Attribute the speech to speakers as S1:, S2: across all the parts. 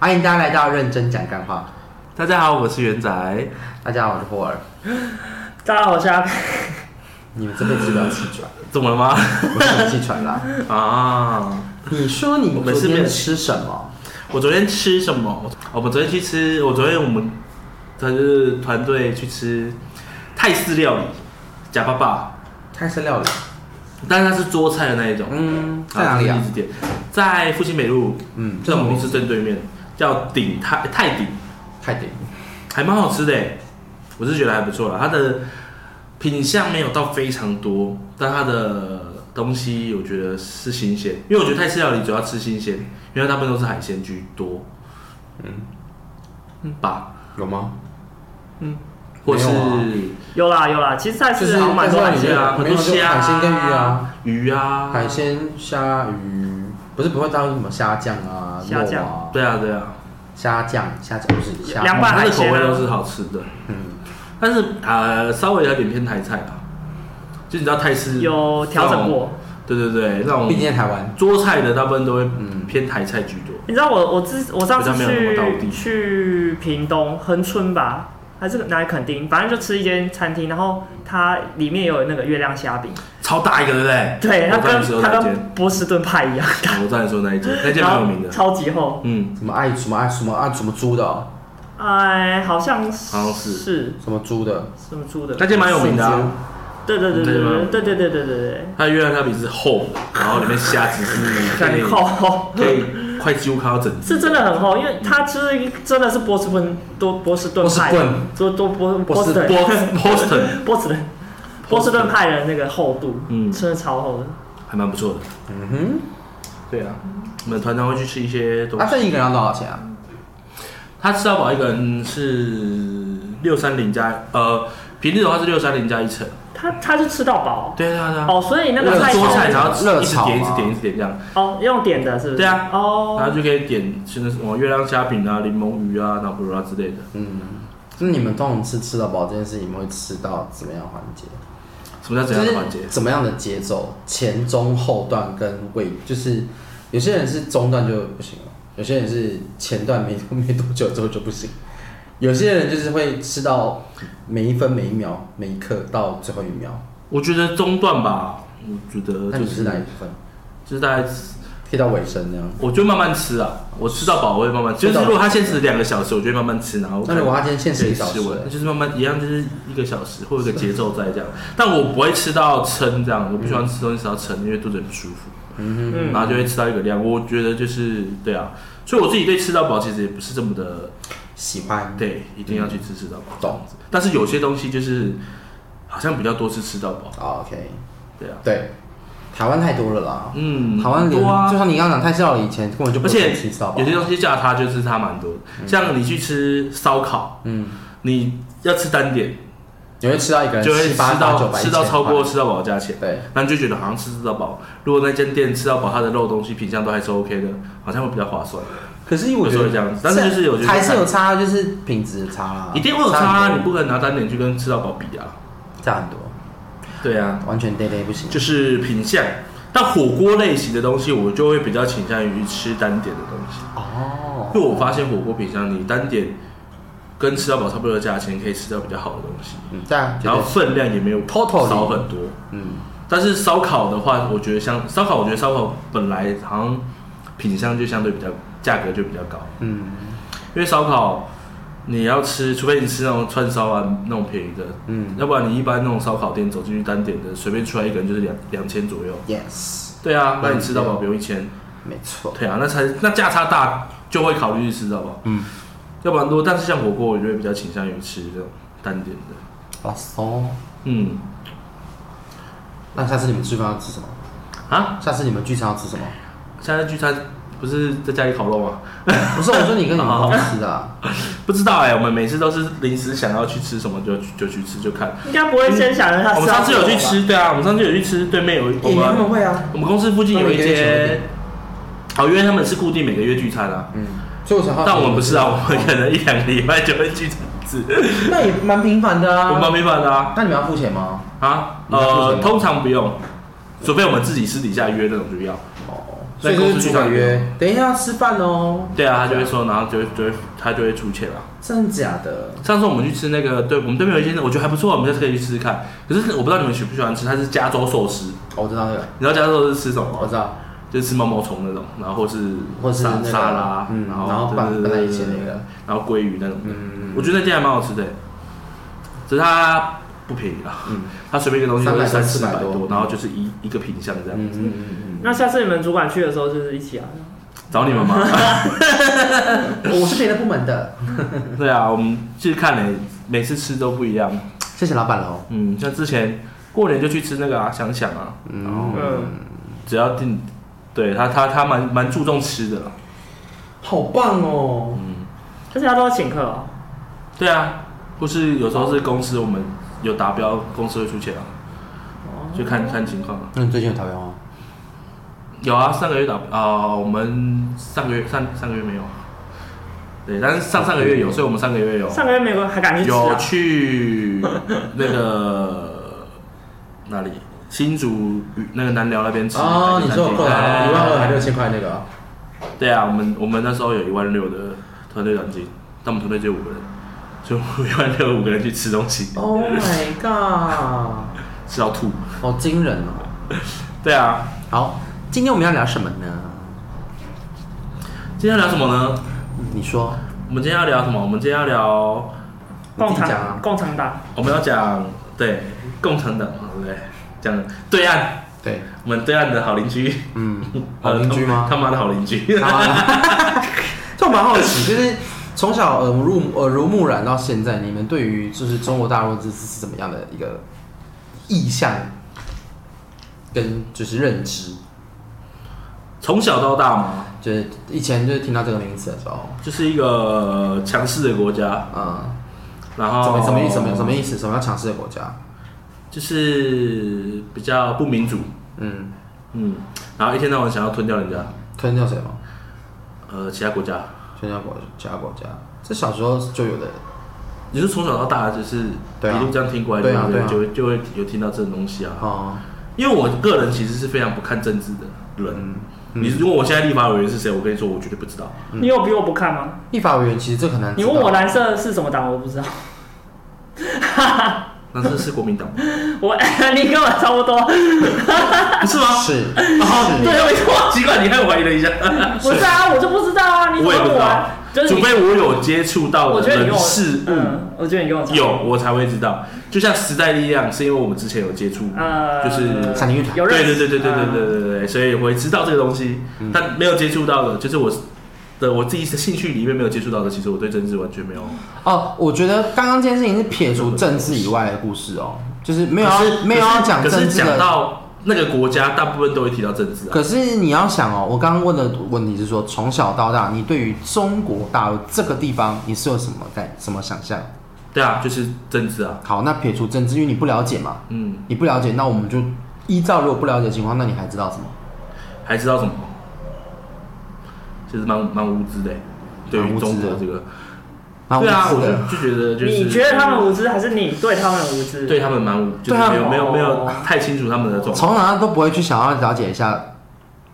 S1: 欢迎大家来到认真讲干话。
S2: 大家好，我是元仔。
S1: 大家好，我是霍尔。
S3: 大家好，我是阿佩。
S1: 你们这辈子不要气喘，
S2: 怎么了吗？
S1: 我想气喘 啦。
S2: 啊，
S1: 你说你
S2: 我们
S1: 昨
S2: 是
S1: 天
S2: 没
S1: 吃什么？
S2: 我昨天吃什么？我们昨天去吃，我昨天我们他就是团队去吃泰式料理，假爸爸，
S1: 泰式料理。
S2: 但是它是桌菜的那一种。
S1: 嗯，在哪里啊
S2: 就是一？直点在复兴北路，
S1: 嗯，
S2: 在我们公司正对面，叫鼎泰泰鼎，
S1: 泰鼎。
S2: 还蛮好吃的欸，我是觉得还不错啦。它的品相没有到非常多，但它的东西我觉得是新鲜，因为我觉得泰式料理主要吃新鲜，因为大部分都是海鲜居多，嗯，吧，
S1: 有吗？
S2: 或是
S1: 没有啊
S3: 有啦有啦，其实菜
S1: 就是
S3: 市场蛮多海鲜
S2: 对
S3: 的
S2: 啊，很多
S1: 没有就
S2: 虾、
S1: 海鲜跟鱼啊，
S2: 鱼啊，
S1: 海，鲜、虾、鱼，不是不会倒什么虾酱啊、
S3: 虾酱
S1: 肉啊、
S2: 对啊对啊，
S1: 虾酱、虾酱不是虾
S3: 凉拌
S2: 它
S3: 海
S2: 的口
S3: 鲜啊
S2: 味都是好吃的，
S1: 嗯，
S2: 但是呃稍微有点偏台菜啦，就你知道泰式
S3: 有调整过。
S2: 那种，对对对，那
S1: 毕竟
S2: 种
S1: 在台湾，
S2: 桌菜的大部分都会
S1: 嗯
S2: 偏台菜居多。
S3: 你知道我我之我上次
S2: 比较没有那么到
S3: 去
S2: 地
S3: 去屏东恒春吧，还是哪里垦丁，反正就吃一间餐厅，然后它里面有那个月亮虾饼，
S2: 超大一个，对不对？
S3: 对，它
S2: 哎我跟你
S3: 跟
S2: 说
S3: 它
S2: 那
S3: 跟
S2: 间，
S3: 波士顿派一样大，
S2: 我跟你说那一 间，那间
S3: 然
S2: 蛮有
S3: 后
S2: 名的。
S3: 超级厚，
S2: 嗯，
S1: 什么爱什么爱什么爱什么猪的哦，
S3: 哎，好像是
S2: 好像是
S1: 什么猪的，
S3: 什么猪的
S2: 那，间蛮有名的啊。
S3: 对对对对
S2: 那间蛮有
S3: 对
S2: 名
S3: 对对对对对对，
S2: 它的月亮虾饼是厚的，然后里面虾子 是可以
S3: 很厚，
S2: 可以快几乎看到整只。
S3: 是真的很厚，因为它就是真的是波士顿多波士顿派
S1: 波士顿，
S3: 多多波波士 顿
S2: Bos- Boston
S3: 波士顿波士顿派的那个厚度，
S2: 嗯
S3: 真的超厚的。
S2: 还蛮不错的。
S1: 嗯
S2: 对啊，我们团常会去吃一些
S1: 哼，
S2: 东
S1: 他
S2: 西。
S1: 这一个人要多少钱啊？
S2: 他吃到饱一个人是六三零加呃，平日的话是六三零加一层。
S3: 他他就吃到饱
S2: 对啊对啊对啊，
S3: 哦，所以那个
S1: 热
S3: 菜
S2: 桌
S1: 炒
S2: 菜
S1: 吗
S2: 然后
S1: 热
S2: 一直
S1: 炒啊
S2: 点一直
S1: 吗
S2: 点一直点这样。
S3: 哦，用点的是不是？
S2: 对啊然
S3: 哦，
S2: 后就可以点吃那什么月亮虾饼啊、柠檬鱼啊、脑婆肉啊之类的。
S1: 嗯，那你们通常吃吃到饱这件事情会吃到怎么样的环节？
S2: 什么叫怎样的环节
S1: 就是？怎么样的节奏？前中后段跟尾，就是有些人是中段就不行了，有些人是前段没 没多久之后就不行，有些人就是会吃到每一分每一秒每一刻到最后一秒。
S2: 我觉得中段吧，我觉得
S1: 那
S2: 呃就
S1: 你是
S2: 是
S1: 哪一部分？
S2: 就是大概，
S1: 贴到尾声那样。
S2: 我就慢慢吃啊，我吃到饱我会慢慢，就是如果它限时两个小时，我就会慢慢吃，然后
S1: 那如果他今天限时一小时
S2: 吃，完，就是慢慢一样，就是一个小时会有一个节奏在这样，但我不会吃到撑这样，我不喜欢吃东西吃到撑，因为肚子很不舒服，
S1: 嗯
S3: 嗯
S2: 然后就会吃到一个量，我觉得就是对啊，所以我自己对吃到饱其实也不是这么的
S1: 哼，喜欢。
S2: 对，一定要去吃吃到饱这
S1: 懂
S2: 样子，但是有些东西就是好像比较多是吃到饱，
S1: o k
S2: 对啊，
S1: 对，台湾太多了啦。
S2: 嗯，
S1: 台湾连、
S2: 多啊
S1: 就像你刚刚讲泰式料理，以前根本就不
S2: 而且
S1: 能吃到饱
S2: 有。些东西叫它就是它蛮多的，像你去吃烧烤，
S1: 嗯，
S2: 你要吃单点
S1: 你会吃到一个人
S2: 就会
S1: 七
S2: 吃
S1: 八八九
S2: 到
S1: 百，
S2: 吃到
S1: 一千
S2: 超过
S1: 块
S2: 吃到饱的价钱，
S1: 对，
S2: 那你就觉得好像吃到饱。如果那间店吃到饱，它的肉东西品相都还是 OK 的，好像会比较划算。
S1: 可是因为我觉
S2: 有时
S1: 得
S2: 候会这样子但是就是有些
S1: 还是有差，啊就是品质的差啦，
S2: 一定会有差
S1: 差
S2: 啊，
S1: 很多，
S2: 你不可能拿单点去跟吃到饱比啊。
S1: 差很多，
S2: 对啊，
S1: 完全 day day 不行。
S2: 就是品相。但火锅类型的东西，我就会比较倾向于吃单点的东西。
S1: 哦，
S2: 因为我发现火锅品相，你单点跟吃到饱差不多的价钱，可以吃到比较好的东西，
S1: 嗯，对啊，
S2: 然后分量也没有
S1: Totally
S2: 少很多。
S1: 嗯，
S2: 但是烧烤的话，我觉得像烧烤，我觉得烧烤本来好像品相就相对比较价格就比较高，
S1: 嗯
S2: 因为烧烤你要吃，除非你吃那种串烧啊那种便宜的，
S1: 嗯
S2: 要不然你一般那种烧烤店走进去单点的，随便出来一个人就是两两千左右。
S1: ，yes，
S2: 对啊，那你吃到饱不用一千，
S1: 没错，
S2: 对啊，那才那价差大就会考虑去吃到饱，
S1: 嗯，
S2: 要不然多。但是像火锅，我就会比较倾向于吃这种单点的，
S1: 哇哦，
S2: 嗯
S1: 那下次你们聚餐要吃什么？
S2: 啊，
S1: 下次你们聚餐要吃什么？
S2: 现在聚餐不是在家里烤肉吗？
S1: 不是，我说你跟你们公司的啊，
S2: 不知道哎、我们每次都是临时想要去吃什么就就去吃就看。
S3: 应该不会先想着他
S2: 嗯我们
S3: 吃到
S2: 上次有去
S3: 饱吧，
S2: 吃，对啊，我们上次有去吃，对面有一我
S1: 你们
S2: 们
S1: 会啊，
S2: 我们公司附近有一间，哦，因为他们是固定每个月聚餐啊，
S1: 嗯，所以我想好奇，
S2: 但我们不是啊，我们可能一两个礼拜就会聚餐一次，
S1: 那也蛮频繁的
S2: 我
S1: 啊。
S2: 们没办法的啊
S1: 那你们要付钱吗？
S2: 啊，
S1: 你要付钱
S2: 呃，
S1: 吗
S2: 通常不用，除非我们自己私底下约那种就要。
S1: 哦，所
S2: 在
S1: 以
S2: 公
S1: 就
S2: 司
S1: 是
S2: 去
S1: 主管
S2: 上班
S1: 约，等一下要吃饭哦。
S2: 对啊，他就会说，然后就会就会他就会出钱啊。
S1: 真的假的？
S2: 上次我们去吃那个，对我们对面有一间，我觉得还不错，我们下次可以去试试看。可是我不知道你们喜不喜欢吃，它是加州寿司。
S1: 哦我知道那个，
S2: 你知道加州寿司吃什么吗
S1: 我知道，
S2: 就是吃毛毛虫那种，然后或是
S1: 或是那
S2: 沙
S1: 个
S2: 沙拉，
S1: 嗯，
S2: 然
S1: 然
S2: 后
S1: 后
S2: 对
S1: 拌
S2: 对
S1: 拌在
S2: 对
S1: 一起
S2: 对
S1: 那
S2: 对
S1: 个，
S2: 然后鲑鱼那种，
S1: 嗯，
S2: 我觉得那家还蛮好吃的，只是它不便宜啦，
S1: 嗯
S2: 它随便一个东西就是
S1: 300
S2: 三四
S1: 400
S2: 百多
S1: 多，
S2: 然后就是一一个品相这样，
S1: 嗯嗯嗯
S3: 那下次你们主管去的时候就是一起啊，
S2: 找你们吗？
S1: 嗯，我是别的部门的，
S2: 对啊，我们去看嘞，每次吃都不一样，
S1: 谢谢老板喽。
S2: 嗯，像之前过年就去吃那个啊，想想啊，然后
S3: 嗯，
S2: 只要订，对他他他蛮蛮注重吃的啦，
S1: 好棒哦！
S2: 嗯，
S3: 而且他都要请客哦。
S2: 对啊，或是有时候是公司我们有达标，公司会出钱啊。
S3: 哦
S2: 就看看情况了。啊
S1: 那你最近有桃园吗？
S2: 有啊，上个月打啊、我们上个月上上个月没有，啊对，但是上上个月有，所以我们上个月有
S3: 上个月啊美国还敢去吃
S2: 有
S3: 啊？
S2: 去 那个哪里新竹那个南哎寮那边吃
S1: 哦，你说我过来一万二还
S2: 六
S1: 六千块那个啊，
S2: 对啊，我们我们那时候有一万六的团队奖金，但我们团队只有五个人，所以我们一万六五个人去吃东西，
S1: ？Oh my god！
S2: 吃到吐。
S1: 好惊人哦。
S2: 对啊，
S1: 好，今天我们要聊什么呢？
S2: 今天要聊什么呢？
S1: 你说，
S2: 我们今天要聊什么？我们今天要聊
S3: 共
S1: 你自己讲啊
S3: 产共产党，
S2: 我们要讲对共产党，对不对？讲对岸，
S1: 对，
S2: 我们对岸的好邻居，
S1: 嗯， 好邻居吗
S2: 呃？他妈的好邻居，
S1: 他妈的 就蛮好奇，就是从小耳濡耳濡目染到现在，你们对于就是中国大陆这是怎么样的一个意向跟就是认知？
S2: 从小到大嘛，
S1: 就是以前就是听到这个名词的时候，
S2: 就是一个呃强势的国家，
S1: 嗯，
S2: 然
S1: 什
S2: 后
S1: 么什么意
S3: 哦
S1: 什么什么意思？什么叫强势的国家？
S2: 就是比较不民主，
S1: 嗯，
S2: 嗯，然后一天到晚想要吞掉人家，
S1: 吞掉谁吗？
S2: 呃，其他国家，
S1: 吞掉国其他国家，这小时候就有的。
S2: 你是从小到大就是
S1: 对啊
S2: 一路这样听过来，
S1: 对啊
S2: 不
S1: 对啊
S2: 就会就会有听到这种东西啊，
S1: 哦，
S2: 因为我个人其实是非常不看政治的人。
S1: 嗯
S2: 你如果我现在立法委员是谁，我跟你说，我绝对不知道。
S3: 你有比我不看吗？
S1: 立法委员其实这很难。
S3: 你问我？蓝色是什么党，我不知道。
S2: 那这是国民党 吗，
S3: 我 你跟我差不多，
S2: 不是吗？
S1: 是，
S2: 哦，
S1: 是
S2: 对，没错。奇怪，你还怀 疑了一下，
S3: 不是啊，我就不知道啊，你怎
S2: 我也
S3: 么
S2: 不
S3: 问
S2: 知
S3: 我
S2: 道
S3: 啊？就是
S2: 除
S3: 你
S2: 非我有接触到
S3: 我觉
S2: 的
S3: 得你跟
S2: 人
S3: 我
S2: 事物
S3: 嗯，我觉得你跟我差不多
S2: 有，我才会知道。就像时代力量，是因为我们之前有接触，
S3: 呃，
S2: 就是
S1: 闪灵乐团
S3: 有
S2: 对
S3: 认
S2: 对
S3: 识
S2: 对对对对
S3: 嗯
S2: 对对
S1: 啊
S2: 对，所以我会知道这个东西。但没有接触到的，就是我的我自己的兴趣里面没有接触到的，其实我对政治完全没有。
S1: 哦，我觉得刚刚这件事情是撇除政治以外的故事哦，就是没有
S2: 可
S1: 要
S2: 是
S1: 没有要讲
S2: 可是
S1: 政治
S2: 讲
S1: 的。
S2: 到那个国家，大部分都会提到政治啊。
S1: 可是你要想哦，我刚刚问的问题是说，从小到大，你对于中国大陆这个地方，你是有什么概什么想象？
S2: 对啊，就是政治啊。
S1: 好，那撇除政治，因为你不了解嘛，
S2: 嗯，
S1: 你不了解，那我们就依照如果不了解的情况，那你还知道什么？
S2: 还知道什么？就是蛮蛮无知的欸，对
S1: 蛮
S2: 于
S1: 无知的
S2: 中国这个，
S1: 蛮无
S2: 对啊，
S1: 知
S2: 我就
S1: 的。
S2: 就觉得就是
S3: 你觉得他们无知，还是你对他们无知？
S2: 对他们蛮无，就
S1: 对
S2: 是
S1: 啊
S2: 没有没有没有
S3: 哦
S2: 太清楚他们的状况。
S1: 从小到大都不会去想要了解一下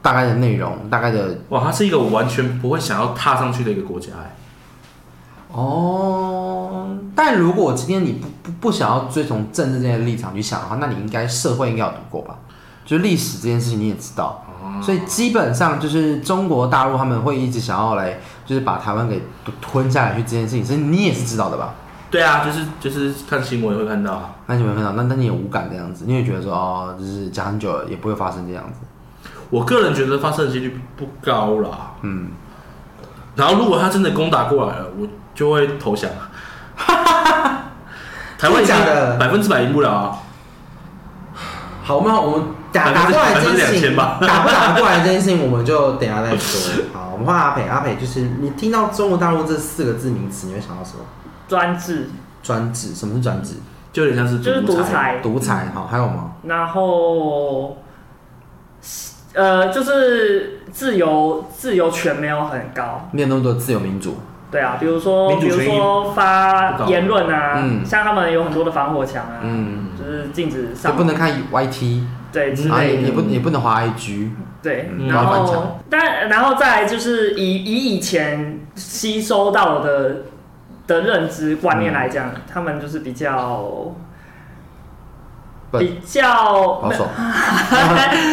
S1: 大概的内容，大概的
S2: 哇，他是一个我完全不会想要踏上去的一个国家哎。
S1: 哦。但如果今天你不不不想要追从政治这些立场去想的话，那你应该社会应该有读过吧？就是历史这件事情你也知道，所以基本上就是中国大陆他们会一直想要来，就是把台湾给吞下来去这件事情，所以你也是知道的吧？
S2: 对啊，就是就是看新闻会看到啊。
S1: 那你没有看到，那那你也无感这样子，你也觉得说哦，就是讲很久了也不会发生这样子。
S2: 我个人觉得发生的几率不不高啦。
S1: 嗯，
S2: 然后如果他真的攻打过来了，我就会投降。啊 台湾已经
S1: 真的假的
S2: 百分之百赢不了啊。
S1: 好，那我们打
S2: 百
S1: 打
S2: 分之
S1: 过来这件事
S2: 百分之两千
S1: 情，
S2: 吧
S1: 打不打得过来这件事情，我们就等一下再说。好，我们换阿培，阿培就是你听到中国大陆这四个字名词，你会想到什么？
S3: 专制
S1: 专制，什么是专制？
S2: 就有点像是
S3: 就是独裁，
S1: 独裁，好，还有吗？
S3: 然后呃，就是自由自由权没有很高，
S1: 没有那么多自由民主，
S3: 对啊，比如说
S2: 民主
S3: 比如
S2: 权益
S3: 说
S2: 不
S3: 发
S2: 搞
S3: 言论啊，
S1: 嗯
S3: 像他们有很多的防火墙啊，
S1: 嗯，
S3: 就是禁止
S1: 也
S3: 上
S1: 不能看 YT，
S3: 对之
S1: 啊，也
S3: 类的。
S1: 也不也不能滑 IG，
S3: 对，
S1: 嗯
S3: 然
S1: 麻烦
S3: 后
S1: 墙
S3: 但然后再来就是以以以前吸收到的的认知观念来
S1: 嗯
S3: 讲，他们就是比较
S1: 笨哦
S3: 比较
S1: 保守。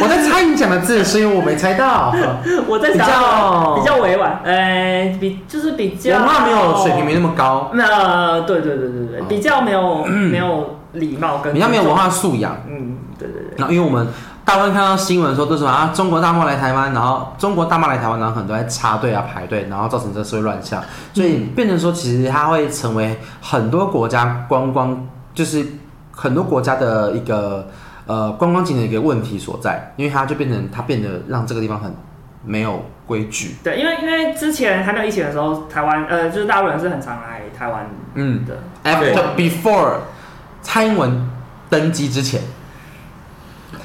S1: 我在猜你讲的字，是因为我没猜到。我
S3: 我在
S1: 比
S3: 想
S1: 较
S3: 比较委婉，呃，比就是比较
S1: 妈没有水平没那么高，
S3: 那对对对对对，
S1: 哦
S3: 比较没有没有礼貌跟
S1: 比较没有文
S3: 尊重，
S1: 化素养。
S3: 嗯，对对对，
S1: 然后因为我们大部分看到新闻说都是什么啊，中国大妈来台湾，然后中国大妈来台湾，然后很多在插队啊排队，然后造成这社会乱象，所以变成说其实它会成为很多国家观光，就是很多国家的一个呃观光景点的一个问题所在，因为它就变成它变得让这个地方很没有规矩，
S3: 对，因为因为之前还没有疫情的时候，台湾呃就是大陆人是很常来台湾
S1: 嗯
S3: 的，
S1: ，after before 蔡英文登基之前。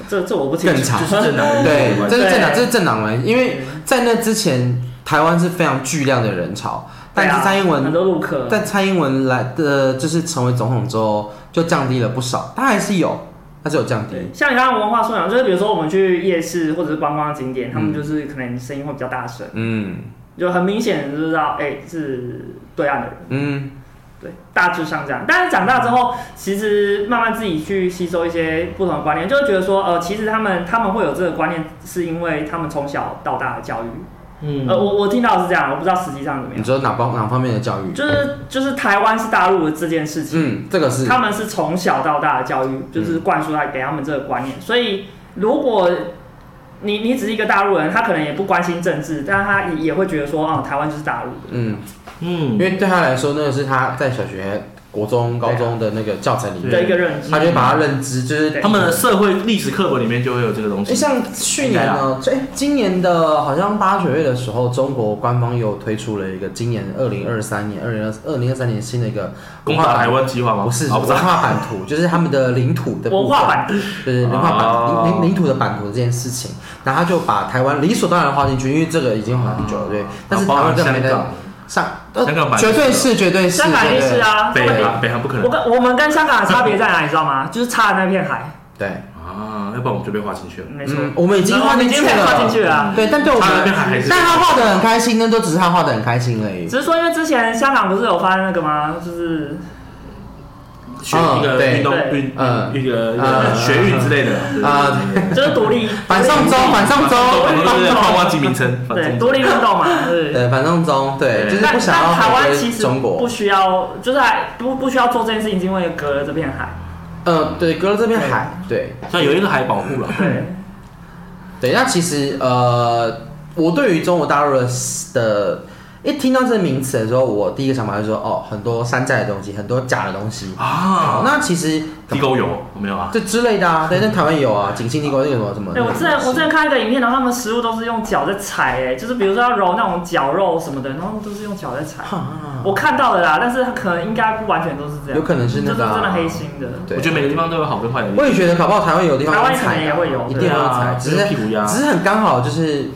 S3: 这这我不清
S1: 更
S3: 楚
S1: 长，
S2: 就是正南跟
S1: 对
S2: 中国，的关
S1: 这
S2: 系
S1: 是正
S3: 对
S1: 党，这是正党人，因为
S3: 嗯
S1: 在那之前，台湾是非常巨量的人潮，但
S3: 对啊
S1: 是蔡英
S3: 很
S1: 文，
S3: 多陆客，
S1: 但蔡英文来的就是成为总统之后，就降低了不少，他还是有，他是有降低，
S3: 对，像你刚刚文化素养，就是比如说我们去夜市或者是观光景点，他们
S1: 嗯
S3: 就是可能声音会比较大声，
S1: 嗯
S3: 就很明显就知道，哎、是对岸的人，
S1: 嗯，
S3: 对，大致上这样。但是长大之后，其实慢慢自己去吸收一些不同的观念，就会觉得说，呃，其实他们他们会有这个观念，是因为他们从小到大的教育。
S2: 嗯
S3: 呃，我我听到的是这样，我不知道实际上怎么
S1: 你
S3: 样。
S1: 说哪方哪方面的教育？
S3: 就是就是台湾是大陆的这件事情，
S1: 嗯，这个是嗯
S3: 他们是从小到大的教育，就是灌输他给他们这个观念。所以，如果你你只是一个大陆人，他可能也不关心政治，但他也也会觉得说，哦，台湾就是大陆的。
S1: 嗯，因
S2: 嗯，
S1: 为对他来说，那个是他在小学、国中、高中的那个教材里面，
S3: 的一个认知
S1: 他就会把它认知就是
S3: 对
S2: 他们的社会历史课本里面就会有这个东
S1: 诶，
S2: 西。
S1: 哎像去年呢，哎、今年的好像八九月的时候，中国官方又推出了一个今年二零二三年、二零二二零二三年新的一个
S2: 攻打台
S1: 版，
S2: 湾计划吗？
S1: 不是
S2: 哦
S1: 文
S2: 不是啊，
S1: 化版图，就是他们的领土的部
S3: 文
S1: 分
S3: 化版图，
S1: 对对，文化
S2: 哦
S1: 版领领领土的版图这件事情，然后他就把台湾理所当然划进去，因为这个已经
S2: 啊
S1: 很久了，对。但是
S3: 啊
S2: 包
S1: 台
S2: 括
S1: 湾这
S2: 香
S1: 没在
S2: 港、
S1: 上，呃
S2: 香港版
S1: 绝对是绝对是，
S3: 香港也
S1: 绝对
S3: 是 啊，他
S2: 北
S3: 们也
S2: 韩，北韩不可
S3: 我
S2: 能
S3: 跟我们跟香港的差别在哪里，你知道吗？就是差的那片海，
S1: 对，
S2: 啊，要不然我们就被划进去了。
S3: 没错，
S1: 嗯，我们已经划进去
S3: 我们已经被
S1: 了，
S3: 划进去了啊
S1: 对，但对我
S2: 他那
S1: 们
S2: 边还还，是
S1: 但他画的很开心，那都只是他画的很开心而已。
S3: 只是说因为之前香港不是有发生那个吗？就是
S2: 选一个运动运
S1: 啊嗯
S2: 运一个一个
S1: 嗯
S2: 学运之类的
S1: 啊
S2: 对对对对
S3: 就是独立，
S1: 反送中，反送
S2: 对对对对，
S1: 中，
S2: 换忘记名称，反
S3: 对
S2: 正
S3: 独立运动嘛，对。
S1: 对，反送中，对，
S2: 对
S1: 就是
S3: 但
S1: 不想要
S3: 但台湾
S1: 回
S3: 其
S1: 归
S3: 实
S1: 中
S3: 不
S1: 国。
S3: 需要，就是还不不需要做这件事情，是因为隔了这片海。
S1: 呃，对，隔了这片海，对
S2: 算有一个海保护了。
S3: 对，
S1: 对。那其实呃，我对于中国大陆的的，一听到这个名词的时候，我第一个想法就是说，哦，很多山寨的东西，很多假的东西。好，
S2: 啊，
S1: 那其实
S2: 地沟油我没有啊，
S1: 这之类的啊，对，那台湾有啊，景星地沟那个什么什么
S3: 哎、。我之前我之前看一个影片，然后他们食物都是用脚在踩、哎，就是比如说要揉那种绞肉什么的，然后都是用脚在踩。
S1: 哈
S3: 我看到的啦，但是他可能应该不完全都是这样，
S1: 有可能是那个
S3: 就是
S1: 啊
S3: 真的黑心的。
S1: 对
S2: 我觉得每个地方都有好跟坏的。
S1: 我也觉得搞不好台湾有地方
S3: 台湾
S1: 有
S3: 可能
S1: 踩
S3: 也
S1: 啊
S3: 会有
S1: 一定会有踩，
S2: 对啊
S1: 只是
S2: 就屁股压
S1: 只是很刚好就是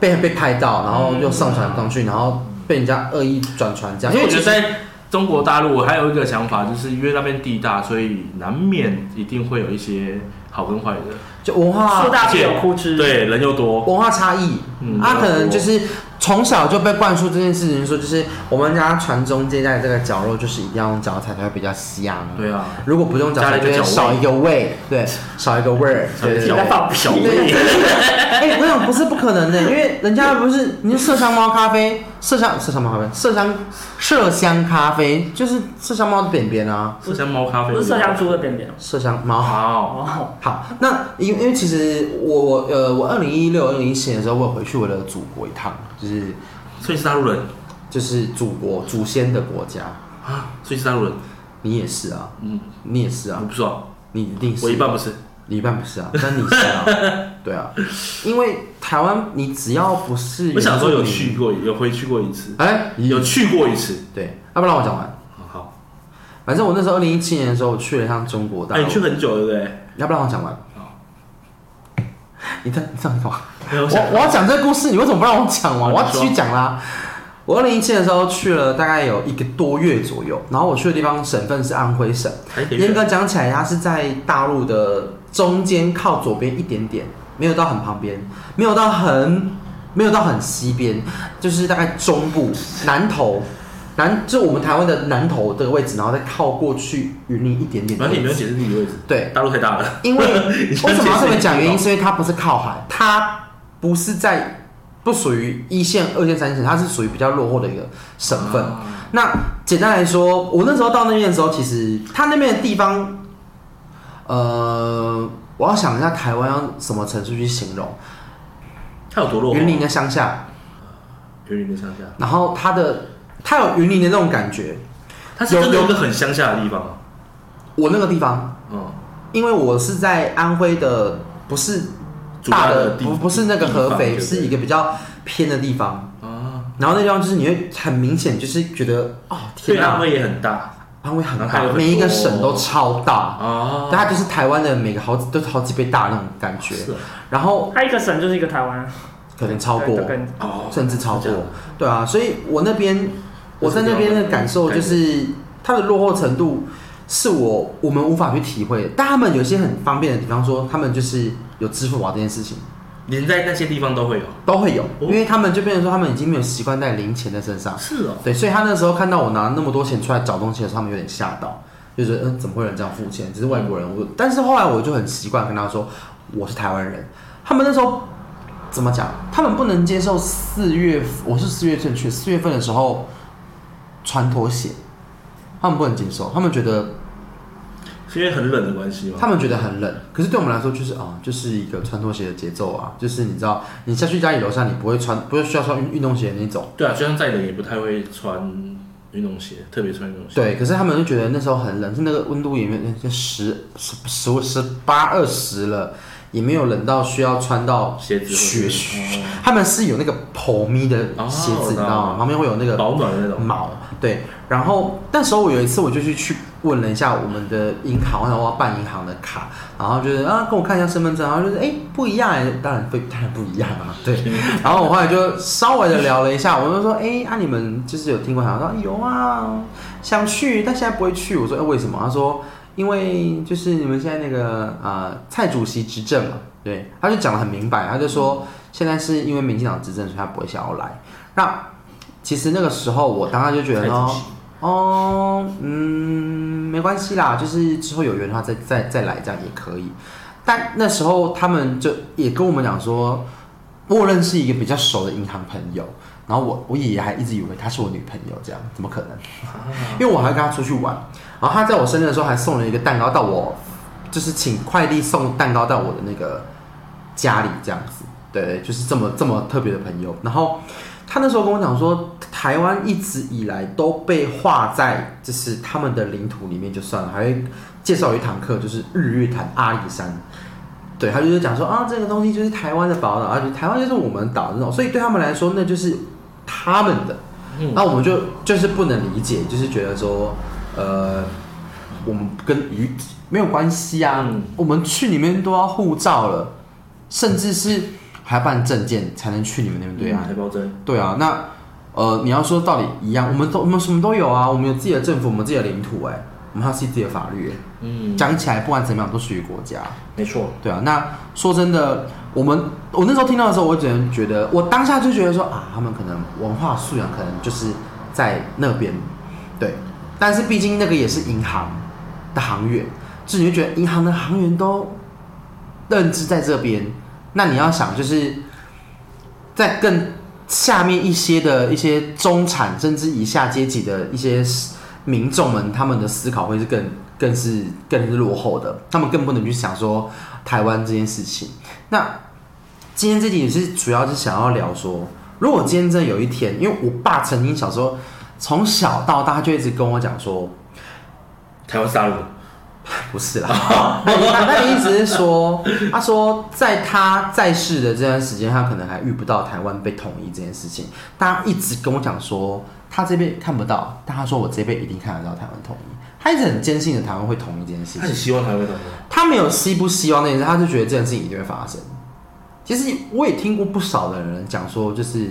S1: 被被拍到，然后又上传上去，然后被人家恶意转传这样。因
S2: 嗯
S1: 为
S2: 因为我觉
S1: 其
S2: 得
S1: 实
S2: 在中国大陆，我还有一个想法，就是因为那边地大，所以难免一定会有一些好跟坏的。
S1: 就文化
S3: 树大必有枯枝。
S2: 对，人又多，
S1: 文化差异，啊
S2: 嗯
S1: 他、可能就是从小就被灌输这件事情，说就是我们家传宗接代的这个绞肉就是一定要用脚踩才会比较香。
S2: 对啊，
S1: 如果不用脚
S2: 加了
S1: 踩，
S2: 一
S1: 就
S2: 个
S1: 会
S2: 脚
S1: 少
S2: 味
S1: 一个味，对，少一个味 儿，对对
S3: 你
S1: 对
S3: 在。放屁
S2: 小
S1: 对
S2: 味，
S1: 哎、我想不是不可能的，因为人家不是，你就麝香猫咖啡，麝香麝香猫咖啡，麝香麝香咖啡就是麝香猫的便便啊，
S2: 麝香猫咖啡，
S3: 不是麝香猪的便便。
S1: 麝香猫。
S2: 好，
S3: 哦，
S1: 好，那因因为其实我我呃我二零一六二零一七年的时候，我有回去我的祖国一趟，就是
S2: 所以是大陆人
S1: 就是祖国祖先的国家，
S2: 啊，所以是大陆人，
S1: 你也是啊，
S2: 嗯，
S1: 你也是
S2: 我
S1: 啊，
S2: 不知道，
S1: 你一定是
S2: 我一半不是，
S1: 你一半不是啊， 但你是 啊，对啊，因为台湾你只要不是
S2: 我想说
S1: 原
S2: 有
S1: 住民
S2: 去，过，有回去过一次，
S1: 哎、
S2: 有去过一次，
S1: 对，要、不然我讲完。
S2: 好，
S1: 反正我那时候二零一七年的时候，我去了一趟中国大
S2: 哎，
S1: 陆。
S2: 你去很久对不对？
S1: 要不然我讲完
S2: 好。哦
S1: 你这你这样干嘛？
S2: 没有
S1: 我
S2: 哎我想
S1: 我要讲这个故事，你为什么不让我讲完？
S2: 好
S1: 我要
S2: 哦你
S1: 继
S2: 说
S1: 续讲啦。我二零一七的时候去了大概有一个多月左右，然后我去的地方省份是安徽省，
S2: 台北
S1: 严
S2: 人
S1: 格讲起来，它是在大陆的中间靠左边一点点，没有到很旁边，没有到很没有到很西边，就是大概中部南头。南就我们台湾的南头这个位置，然后再靠过去云林一点点的
S2: 反正你没
S1: 位
S2: 有
S1: 置。
S2: 解释地理位置，
S1: 对，
S2: 大陆太大了。
S1: 因为为
S2: 你先
S1: 什么要这么讲？
S2: 解释一下
S1: 原因是因为它不是靠海，它不是在不属于一线、二线、三线，它是属于比较落后的一个省份。
S2: 啊
S1: 那简单来说，我那时候到那边的时候，其实它那边的地方，呃，我要想一下台湾要什么城市去形容。
S2: 它有多落后？
S1: 云林的乡下，
S2: 云林的乡下，
S1: 然后它的它有云林的那种感觉。
S2: 它是真的有一个很乡下的地方哦吗
S1: 我那个地方，
S2: 嗯，
S1: 因为我是在安徽的，不是
S2: 主
S1: 大
S2: 的
S1: 的，
S2: 地
S1: 不不是那个合肥，
S2: 地方
S1: 是一个比较偏的地方。
S2: 啊，
S1: 然后那地方就是你会很明显就是觉得哦
S2: 所以
S1: 天
S2: 安
S1: 啊，
S2: 徽也很大
S1: 安徽很
S2: 安
S1: 大
S2: 徽，有
S1: 每一个
S2: 很多
S1: 省都超大。
S2: 啊，
S1: 但它就是台湾的每个好几都是好几倍大那种感觉，
S2: 是哦
S1: 然后
S3: 它一个省就是一个台湾，
S1: 可能超过
S3: 对，跟
S2: 哦，
S1: 甚至超
S2: 是
S1: 过
S2: 这样，
S1: 对啊，所以我那边我在那边的感受就是它的落后程度是我我们无法去体会的，但他们有一些很方便的，比方说他们就是有支付宝这件事情
S2: 连在那些地方都会有，
S1: 都会有，因为他们就变成说他们已经没有习惯带零钱在身上，
S2: 是哦，
S1: 对，所以他那时候看到我拿那么多钱出来找东西的时候，他们有点吓到，就是嗯、呃怎么会有人这样付钱？只是外国人，我但是后来我就很习惯跟他说我是台湾人。他们那时候怎么讲？他们不能接受四月，我是四月正确，四月份的时候穿拖鞋，他们不能接受，他们觉得
S2: 是因为很冷的关系吗？
S1: 他们觉得很冷，可是对我们来说就是啊、就是一个穿拖鞋的节奏啊，就是你知道，你下去家里楼下你不会穿，不会需要穿运运动鞋的那种。
S2: 对啊，就像再冷也不太会穿运动鞋，特别穿运动鞋。
S1: 对，可是他们就觉得那时候很冷，是那个温度也没有就十十十十八二十了，也没有冷到需要穿到
S2: 鞋子或
S1: 雪
S2: 者
S1: 靴
S2: 哦。
S1: 他们是有那个泡咪的鞋
S2: 哦
S1: 子，
S2: 我
S1: 你知
S2: 知道
S1: 道吗？旁边会有那个
S2: 保暖的那种，
S1: 毛，对。然后那时候我有一次我就去去问了一下我们的银行，我想我要办银行的卡，然后就是啊跟我看一下身份证，然后就是哎不一样哎，当然不当然不一样啊，对。然后我后来就稍微的聊了一下，我就说哎啊你们就是有听过好像说有啊，想去但现在不会去，我说哎为什么？他说因为就是你们现在那个呃蔡主席执政嘛，对，他就讲的很明白，他就说现在是因为民进党执政，所以他不会想要来。那其实那个时候我当时就觉得
S2: 太
S1: 哦
S2: 仔细，
S1: 哦，嗯，没关系啦，就是之后有缘的话再再再来这样也可以。但那时候他们就也跟我们讲说，默认是一个比较熟的银行朋友。然后我我爷爷还一直以为她是我女朋友，这样怎么可能？
S2: 啊
S1: 因为我还跟她出去玩，然后她在我生日的时候还送了一个蛋糕到我，就是请快递送蛋糕到我的那个家里这样子。对，就是这么这么特别的朋友。然后他那时候跟我讲说，台湾一直以来都被划在就是他们的领土里面就算了，还会介绍一堂课，就是日月潭阿里山。对他就是讲说啊，这个东西就是台湾的宝岛，而且台湾就是我们岛这种，所以对他们来说那就是他们的。
S2: 嗯
S1: 那我们就就是不能理解，就是觉得说，呃，我们跟鱼没有关系啊，
S2: 嗯
S1: 我们去里面都要护照了，甚至是还要办证件才能去你们那边对岸。
S2: 嗯台胞证，
S1: 对啊，那呃，你要说道理一样，我们都我们什么都有啊，我们有自己的政府，我们自己的领土、哎，我们还有自己的法律、哎
S2: 嗯，
S1: 讲起来不管怎么样都属于国家。
S2: 没错，
S1: 对啊，那说真的，我们我那时候听到的时候，我只能觉得，我当下就觉得说啊，他们可能文化素养可能就是在那边，对。但是毕竟那个也是银行的行员，就是你会觉得银行的行员都认知在这边，那你要想就是在更下面一些的一些中产甚至以下阶级的一些民众们，他们的思考会是更更是更是落后的，他们更不能去想说台湾这件事情。那今天这集也是主要是想要聊说，如果今天真的有一天，因为我爸曾经小时候从小到大就一直跟我讲说，
S2: 台湾是大陆，
S1: 不是啦，那你那你一直是说，他说在他在世的这段时间，他可能还遇不到台湾被统一这件事情。但他一直跟我讲说，他这辈看不到，但他说我这辈一定看得到台湾统一。他一直很坚信的台湾会统一这件事
S2: 他
S1: 情
S2: 很，希望台湾统一，
S1: 他没有希不希望那件事，他就觉得这件事情一定会发生。其实我也听过不少的人讲说，就是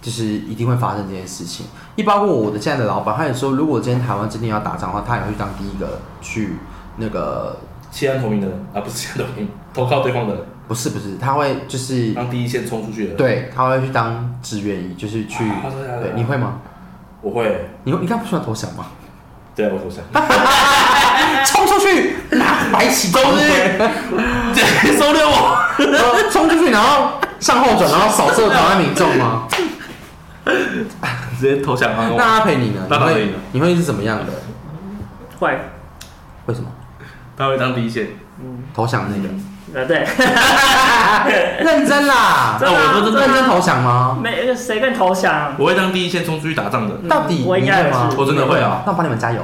S1: 就是一定会发生这件事情。一包括我的现在的老板，他也说，如果今天台湾真的要打仗的话，他也会当第一个去那个，
S2: 弃暗投明的人啊，不是弃暗投明， 投靠对方的人，
S1: 不是不是，他会就是
S2: 当第一线冲出去的人。
S1: 对，他会去当志愿役，就是去
S2: 啊他说他
S1: 对，你会吗？
S2: 我会，
S1: 你会你该不算投降吗？
S2: 对啊，我投降。
S1: 冲出去，拿白起 攻略，
S2: 收留我。
S1: 冲出去，然后向后转，然后扫射台湾民众吗？
S2: 直接投降啊！
S1: 那阿培你呢？
S2: 那
S1: 你
S2: 当然
S1: 会你会是怎么样的？
S3: 会，
S1: 为什么
S2: 他会当第一线。
S1: 投降 那个？
S2: 嗯
S3: 呃，对，
S1: 认真啦，
S2: 那我说真
S1: 认真
S2: 的，
S1: 投降吗？
S3: 没谁更 投降？
S2: 我会当第一线冲出去打仗的。
S3: 嗯
S1: 到底
S3: 我应
S1: 你
S3: 该
S1: 会
S3: 也
S1: 吗
S3: 是，
S2: 我真的会啊！
S1: 那我帮你们加油，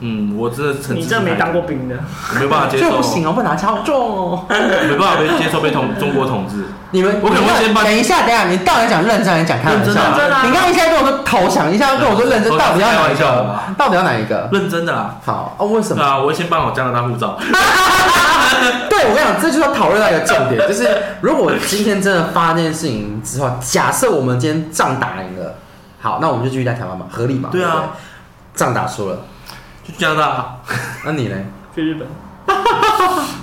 S2: 嗯，我真的很。
S3: 你这没当过，兵的，
S2: 我没办法接
S1: 这
S2: 受，
S1: 不
S3: 啊
S1: 行哦，不拿超重哦。
S2: 没办法被接受被统中国统治。
S1: 你们
S2: 我可能会先帮
S1: 等一下，等一下，你到底讲认真还是讲开玩笑？
S2: 认真啊
S3: 真的啊
S1: 你刚刚一下跟我说投降，一下跟我说认真，
S2: 投降
S1: 到底要哪一
S2: 开玩笑的
S1: 个
S2: 吧？
S1: 到底要哪一个？
S2: 认真的啦，
S1: 好哦，为什
S2: 对
S1: 么？
S2: 啊，我会先办好加拿大护 照。
S1: 对，我跟你讲，这就是要讨论到一个重点，就是如果今天真的发生这件事情之后，假设我们今天仗打赢了，好，那我们就继续在台湾嘛，合理嘛？
S2: 对啊
S1: 不，仗打输了，
S2: 去加拿大啊，
S1: 那你呢？
S3: 去日本。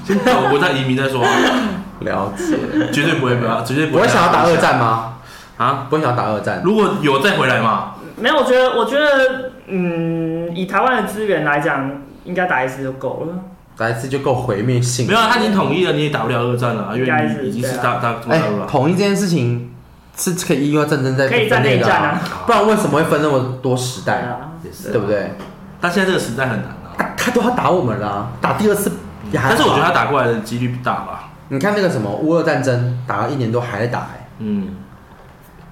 S2: 先找个国家移民再说啊，
S1: 了解，
S2: 绝对不会不要，绝对不
S1: 不会
S2: 会。
S1: 想要打二战吗？
S2: 啊？
S1: 不会想要打二战？
S2: 如果有再回来嘛，
S3: 没有，我觉得，我觉得，嗯，以台湾的资源来讲，应该打一次就够了。
S1: 打一次就够毁灭性。
S2: 没有，啊，他已经统一了，你也打不了二战了啊，因
S3: 应该是
S2: 为你已经是
S3: 对啊
S2: 大大中国
S1: 哎
S2: 大陆，了。
S1: 统一这件事情是可以因为战争
S2: 呃
S1: 在
S3: 可以在
S1: 分裂的
S3: 内战啊，
S1: 不然为什么会分那么多时
S3: 对
S1: 代？
S3: 啊，
S2: 也是啊
S1: 哎对不？对？
S2: 但现在这个时代很难啊。
S1: 他他都要打我们了啊，打第二次也还好啊。
S2: 但是我觉得他打过来的几率不大啊吧。
S1: 你看那个什么乌俄战争打了一年多还在打、哎。
S2: 嗯，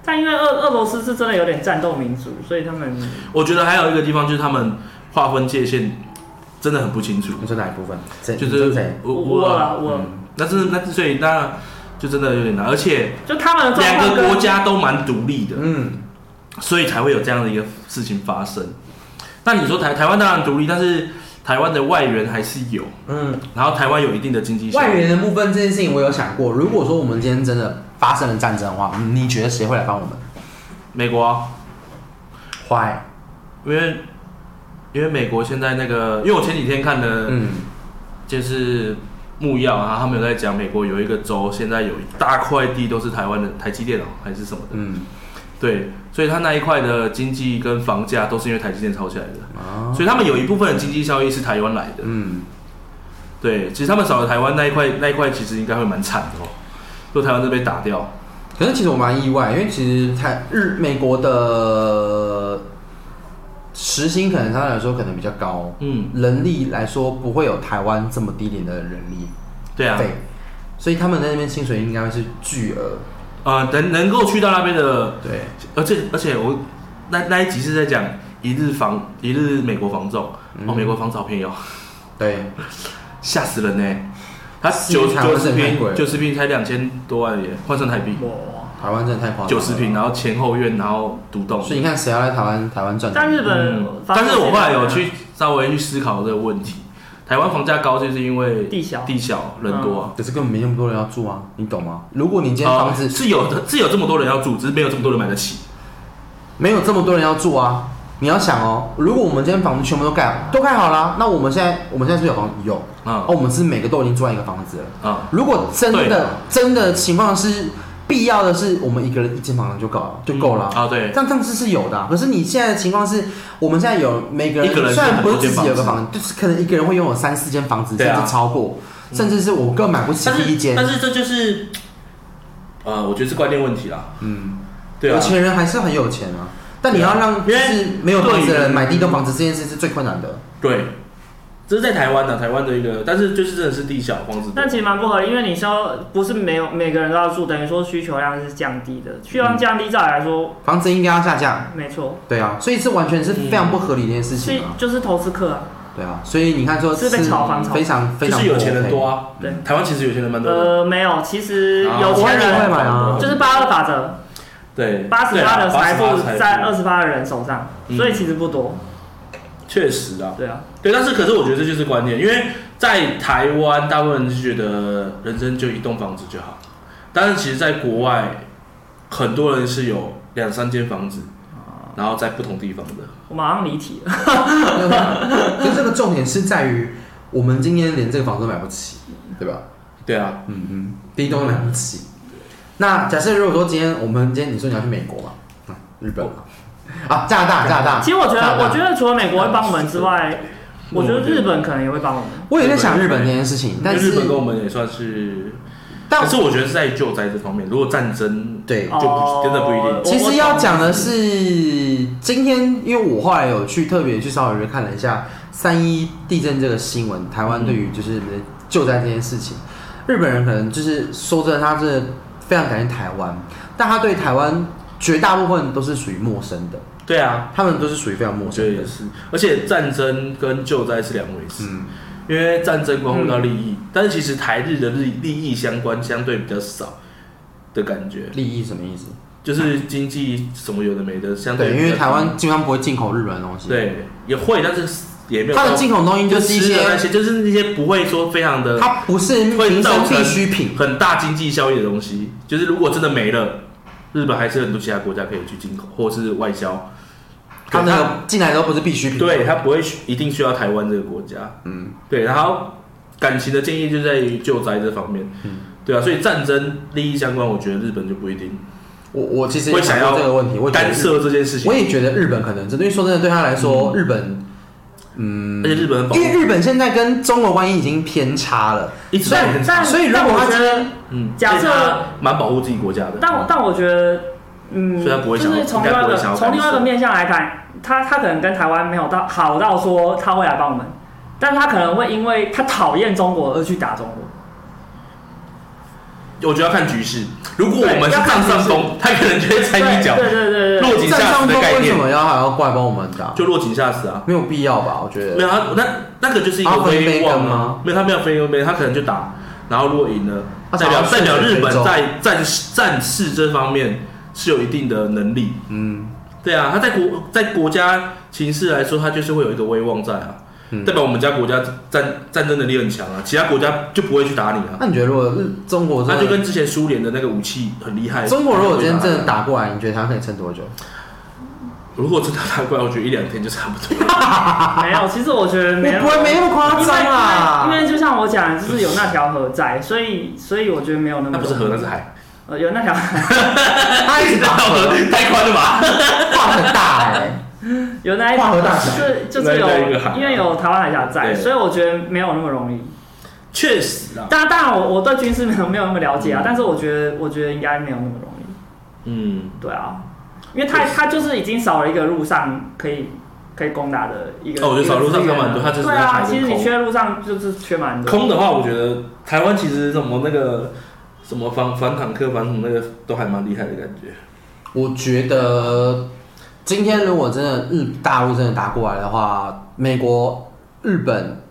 S3: 但因为俄俄罗斯是真的有点战斗民族，所以他们
S2: 我觉得还有一个地方就是他们划分界限真的很不清楚，
S1: 你说哪一部分？谁
S2: 就
S1: 你说
S2: 是
S1: 谁？
S3: 乌乌尔乌尔
S2: 嗯那真的那所以那就真的有点难，而且
S3: 就他们的状
S2: 两
S3: 况
S2: 个
S3: 跟啊
S2: 国家都蛮独立的，
S1: 嗯，
S2: 所以才会有这样的一个事情发生。那你说台台湾当然独立，但是台湾的外援还是有，
S1: 嗯，
S2: 然后台湾有一定的经济效益
S1: 外援的部分这件事情我有想过，如果说我们今天真的发生了战争的话，你觉得谁会来帮我们
S2: 美国啊，
S1: ？Why？
S2: 因为因为美国现在那个，因为我前几天看的
S1: 嗯，
S2: 就是木曜啊，他们有在讲美国有一个州，现在有一大块地都是台湾的台积电哦，还是什么的，
S1: 嗯，
S2: 对，所以它那一块的经济跟房价都是因为台积电炒起来的，
S1: 啊，
S2: 所以他们有一部分的经济效益是台湾来的，
S1: 嗯，
S2: 对，其实他们少了台湾那一块，那一块其实应该会蛮惨的哦，如果台湾这被打掉，
S1: 可是其实我蛮意外，因为其实台日美国的时薪可能相对来说可能比较高，
S2: 嗯，
S1: 人力来说不会有台湾这么低廉的人力
S2: 对啊，
S1: 费，所以他们在那边薪水应该会是巨额。
S2: 呃，能能够去到那边的，
S1: 对，
S2: 而且而且我那那一集是在讲一日房一日美国房仲，
S1: 嗯
S2: 哦，美国房子好便宜哦。
S1: 对，
S2: 吓死人呢、他
S1: 市
S2: 九
S1: 场
S2: 九十
S1: 真的太贵
S2: 平，
S1: 了
S2: 九十平才两千多万元，换算台币
S3: 哇，
S1: 台湾真的太夸张了，
S2: 九十平，然后前后院，然后独栋。
S1: 哦所以你看谁要来台湾台湾赚钱？
S3: 但日本
S2: 嗯，，
S3: 反
S2: 但
S3: 正
S2: 是我后来有去稍微去思考这个问题，台湾房价高就是因为
S3: 地小嗯
S2: 地小人多啊。
S1: 可是根本没那么多人要住啊，你懂吗？如果你今天房子、
S2: 哦是有的，是有这么多人要住，只是没有这么多人买得起。
S1: 没有这么多人要住啊，你要想哦，如果我们今天房子全部都盖都盖好了，啊那我们现在我们现在是不是有房子有，
S2: 嗯
S1: 哦，我们是每个都已经住在一个房子了。
S2: 啊、
S1: 如果真
S2: 对
S1: 的真的情况是必要的是，我们一个人一间房就够了，就够了啊。
S2: 啊、对，
S1: 这样这样子是有的啊、可是你现在的情况是，我们现在有每个人，
S2: 一个人
S1: 虽然不是自
S2: 很
S1: 己
S2: 多间
S1: 有个
S2: 房
S1: 房，就是可能一个人会拥有三四间房子，
S2: 对啊
S1: 甚至超过，甚至是我根本买不起
S2: 但
S1: 第一
S2: 是
S1: 间。
S2: 但是这就是，呃，我觉得是观念问题啦。
S1: 嗯，
S2: 对啊
S1: 有，钱人还是很有钱啊。但你
S2: 对啊
S1: 要让就
S2: 因为
S1: 是没有房子的
S2: 对
S1: 人
S2: 于
S1: 买第一栋房子这件事是最困难的。
S2: 对，这是在台湾的、啊台湾的一个，但是就是真的是地小房子多。
S3: 但其实蛮不合理，因为你说不是没有每个人都要住，等于说需求量是降低的，需求量降低，照理来说，
S1: 房子应该要下降，
S3: 没错，
S1: 对啊，所以这完全是
S2: 嗯
S1: 非常不合理的一件事
S3: 是
S1: 情啊。
S3: 就是投资客啊，
S1: 对啊，所以你看说
S3: 是被炒房炒
S1: 非常非
S2: 就
S1: 常
S2: 是有钱
S1: 不
S2: 人
S1: OK
S2: 多啊，
S3: 对，
S2: 台湾其实有钱人蛮多的，
S3: 呃，没有，其实有
S1: 我
S3: 钱
S1: 也会
S3: 人
S1: 买啊
S3: 就是八二法则，
S2: 对，
S3: 八十
S2: 对
S3: 八
S2: 啊
S3: 的财富
S2: 88
S3: 在二十八的人手上，
S2: 嗯
S3: 所以其实不多，
S2: 确实啊，
S3: 对啊，
S2: 对，但是可是我觉得这就是观念，因为在台湾大部分人是觉得人生就一栋房子就好，但是其实在国外很多人是有两三间房子，
S1: 啊
S2: 然后在不同地方的。
S3: 我马上离题了。
S2: 啊
S1: 就这个重点是在于，我们今天连这个房子都买不起，对吧？
S2: 对啊，
S1: 嗯嗯，第一都买不起。那假设如果说今天我们今天你说你要去美国嘛，嗯日本嘛，啊加拿大加拿大，
S3: 其实我觉
S1: 加拿
S3: 得，
S1: 大
S3: 我觉得除了美国会帮我们之外，
S2: 嗯
S3: 我觉得日本可能也会帮我们。
S1: 我也在想日本这件事情，但
S2: 因为日本跟
S1: 是
S2: 我们也算是，
S1: 但
S2: 但是我觉得是在救灾这方面，如果战争
S1: 对
S2: 就哎不真的不一定
S3: 哦
S1: 其实要讲的是，今天因为我后来有去特别去稍微看了一下三一地震这个新闻，台湾对于就是救灾这件事情，日本人可能就是说真的，他是非常感谢台湾，但他对台湾绝大部分都是属于陌生的，
S2: 对啊，
S1: 他们都是属于非常陌
S2: 我觉得
S1: 生的
S2: 也。是，而且战争跟救灾是两回事，
S1: 嗯，
S2: 因为战争关乎到利益，但是其实台日的利利益相关相对比较少的感觉，
S1: 利益什么意思？
S2: 就是经济什么有的没的，相对
S1: 对，因
S2: 比
S1: 为
S2: 较
S1: 台湾基本上不会进口日本的东西，，
S2: 对也会，但是也没有
S1: 它的
S2: 到
S1: 进口东西
S2: 就
S1: 就是一
S2: 吃的那
S1: 些，
S2: 些，就是那些不会说非常的
S1: 它不是民
S2: 会造
S1: 生
S2: 成
S1: 必需品，
S2: 很大经济效益的东西，就是如果真的没了，日本还是有很多其他国家可以去进口或者是外销。
S1: 它那个进来都不是必需品。
S2: 对他不会需一定需要台湾这个国家，嗯，对。然后感情的建议就在于救灾这方面，嗯，对啊，所以战争利益相关，我觉得日本就不一定
S1: 我我其实
S2: 会
S1: 也
S2: 想
S1: 想
S2: 要
S1: 过这个问题，我觉得
S2: 干涉这件事情嗯
S1: 我，也觉得日本可能真的，因为说真的，对他来说，日本，
S2: 而且日本的保
S1: 因为
S2: 护
S1: 日本现在跟中国关系已经偏差了，
S2: 一直
S1: 但
S2: 很
S3: 但
S1: 所以如
S3: 但
S1: 果
S3: 我
S1: 他
S3: 觉
S1: 今
S3: 得，
S2: 嗯，
S3: 假设
S2: 所以他蛮保护自己国家的，
S3: 但我但我觉得，嗯，
S2: 所以他不
S3: 就
S2: 会想要
S3: 是从另外
S2: 应
S3: 一
S2: 该不
S3: 个
S2: 会想要干涉
S3: 从另外一个面向来看，他他可能跟台湾没有到好到说他会来帮我们，但是他可能会因为他讨厌中国而去打中国。
S2: 我觉得要看局势。如果我们是
S3: 对要看
S2: 占上
S3: 局
S2: 风，他可能就会掺一脚
S3: 对，对对对对
S2: 落井
S1: 战
S2: 下
S1: 上
S2: 石
S1: 中
S2: 的概
S1: 为什
S2: 念，
S1: 么要还要过来帮我们打？
S2: 就落井下石啊。
S1: 没有必要吧？我觉得，
S2: 没有他，那那个就是一个
S1: 他分
S2: 威望
S1: 杯羹
S2: 啊
S1: 吗，
S2: 没有他没有分杯羹，他可能就打，然后如果赢了，
S1: 他
S2: 代
S1: 想
S2: 表
S1: 要
S2: 代表
S1: 顺水
S2: 日本
S1: 推舟
S2: 在战事战事这方面是有一定的能力。
S1: 嗯，
S2: 对啊，他在国在国家形势来说，他就是会有一个威望在啊，
S1: 嗯
S2: 代表我们家国家战战争能力很强啊，其他国家就不会去打你啊。
S1: 那你觉得如果日中国
S2: 那
S1: 真
S2: 就
S1: 的，
S2: 跟之前苏联的那个武器很厉害。
S1: 中国如果今天真的
S2: 打，啊
S1: 打过来，你觉得他可以撑多久？
S2: 如果真的打过来，我觉得一两天就差不多了。
S3: 没有，其实我觉得
S1: 我
S3: 没有，
S1: 不会没那么夸
S3: 因为
S1: 张啊
S3: 因为
S1: 啦。
S3: 因为就像我讲，就是有那条河在，所以所以我觉得没有那么
S2: 那不是河，那是 海。
S3: 呃有那条
S1: 他一直打
S2: 河
S1: 河，
S2: 太宽了吧？
S1: 画很大哎，
S3: 有那一
S1: 跨河大桥
S3: 是就是有
S2: 那一个海
S3: 因为有台湾海峡在，
S2: 对
S3: 所以我觉得没有那么容易。
S2: 确实啊。
S3: 当然，当然我我对军事没有没有那么了解啊，但是我觉得我觉得应该没有那么容易。
S2: 嗯，
S3: 对啊，因为他他就是已经少了一个路上可以可以攻打的一个。
S2: 哦，我觉得少路上
S3: 一个
S2: 上
S3: 资源啊
S2: 蛮多，它就是
S3: 对
S2: 在
S3: 啊，
S2: 海
S3: 其实你
S2: 空。
S3: 缺路上就是缺蛮多。
S2: 空的话，我觉得台湾其实什么那个什么反反坦克、反什么那个都还蛮厉害的感觉。
S1: 我觉得今天如果真的日大陆真的打过来的话，美国、日本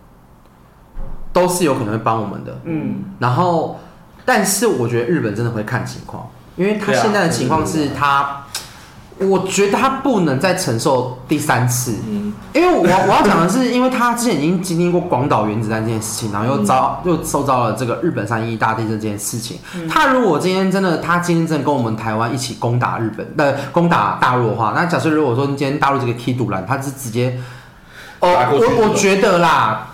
S1: 都是有可能会帮我们的。
S3: 嗯，
S1: 然后，但是我觉得日本真的会看情况，因为他
S2: 对啊
S1: 现在的情况是他，我觉得他不能再承受第三次。
S2: 嗯，
S1: 因为我我要讲的是，因为他之前已经经历过广岛原子弹这件事情，然后又遭、又受到了这个日本三一大地震这件事情。他如果今天真的，他今天真的跟我们台湾一起攻打日本，呃，攻打大陆的话，那假设如果说今天大陆这个踢独篮，他是直接，哦，
S2: 打过去
S1: 我我觉得啦，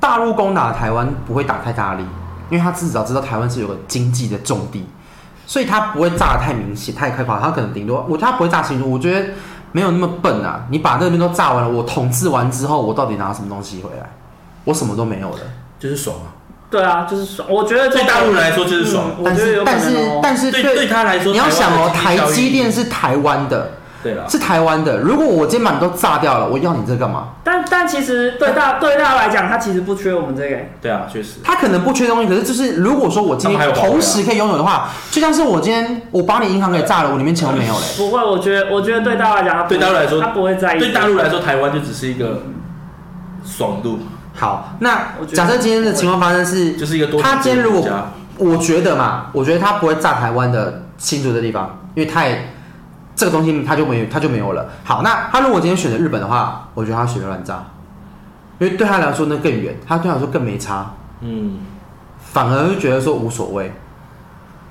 S1: 大陆攻打台湾不会打太大力，因为他至少知道台湾是有个经济的重地，所以他不会炸得太明显、太开垮，他可能顶多我他不会炸清楚，我觉得没有那么笨啊。你把那边都炸完了，我统治完之后，我到底拿什么东西回来？我什么都没有了。
S2: 就是爽啊！
S3: 对啊，就是爽。我觉得
S2: 对大陆人来说就是爽
S3: 嗯我
S1: 但
S3: 觉得
S1: 是
S3: 有可
S1: 但是
S3: 能哦。
S1: 但是
S2: 对对他来说，
S1: 你要想哦，
S2: 台
S1: 台
S2: 湾的经济效益
S1: 积电是台湾的，
S2: 对啊啦，
S1: 是台湾的。如果我今天把你都炸掉了，我要你这干嘛？
S3: 但但其实对大对大陆来讲，他其实不缺我们这个。欸
S2: 对啊，确实。
S1: 他可能不缺东西，可是就是如果说我今
S2: 他们
S1: 天
S2: 还有宝贝啊
S1: 同时可以拥有的话，就像是我今天我把你银行给炸了，我里面钱都 没有嘞。
S3: 不会，我觉得我觉得对大陆来讲，他不会
S2: 对大陆来说
S3: 他不会在意。
S2: 对大陆来说，台湾就只是一个爽度，
S1: 好，那
S3: 我觉得
S1: 假设今天的情况发生是，
S2: 就是一个多
S1: 他今天如果
S2: 国家
S1: 我觉得嘛，我觉得他不会炸台湾的新竹的地方，因为太这个东西他就没有他就没有了。好，那他如果今天选择日本的话，我觉得他随便乱炸，因为对他来说那更远，他对他来说更没差，
S2: 嗯，
S1: 反而就觉得说无所谓。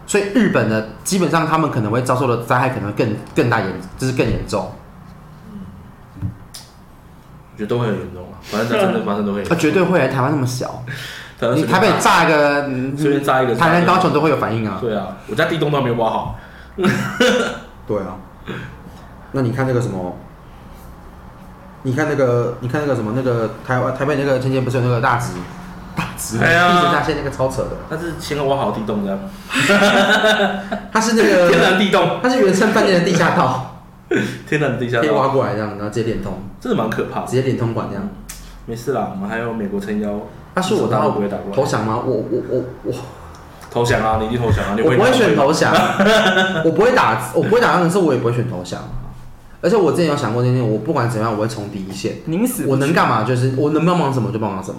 S1: 所以日本的基本上他们可能会遭受的灾害可能会更更大严，就是更严重。
S2: 我觉得都会很严重啊，反正真的发生都会很严
S1: 啊，
S2: 重，
S1: 绝对会啊！台湾那么小，
S2: 台湾
S1: 你
S2: 随便
S1: 台北
S2: 炸
S1: 炸一个，嗯
S2: 随便炸一个，
S1: 台南、高雄都会有反应啊。
S2: 对啊，我家地洞都还没挖好，
S1: 对啊，那你看那个什么，你看那个，你看那个什么，那个台湾台北那个前天不是有那个大直大直
S2: 哎呀
S1: 地质大线那个超扯的，
S2: 但是先挖好地洞这样，
S1: 它是那
S2: 天然
S1: 个
S2: 地洞，
S1: 它是原生饭店的地下道，
S2: 天然地下
S1: 可以
S2: 道，
S1: 挖过来这样，然后直接连通，
S2: 真的蛮可怕的
S1: 直。接连通管这样。
S2: 没事啦，我们还有美国撑腰，
S1: 那、是我当
S2: 不会打过来
S1: 投降吗？我我我我
S2: 投降啊，你一定投降啊，你
S1: 我不会
S2: 打
S1: 选投降，我不会打，我不会打钢丝，我也不会选投降。啊而且我之前有想过这件事，我不管怎样，我会冲第一线。
S3: 宁死不屈
S1: 我能干嘛就是我能帮忙什么就帮忙什么。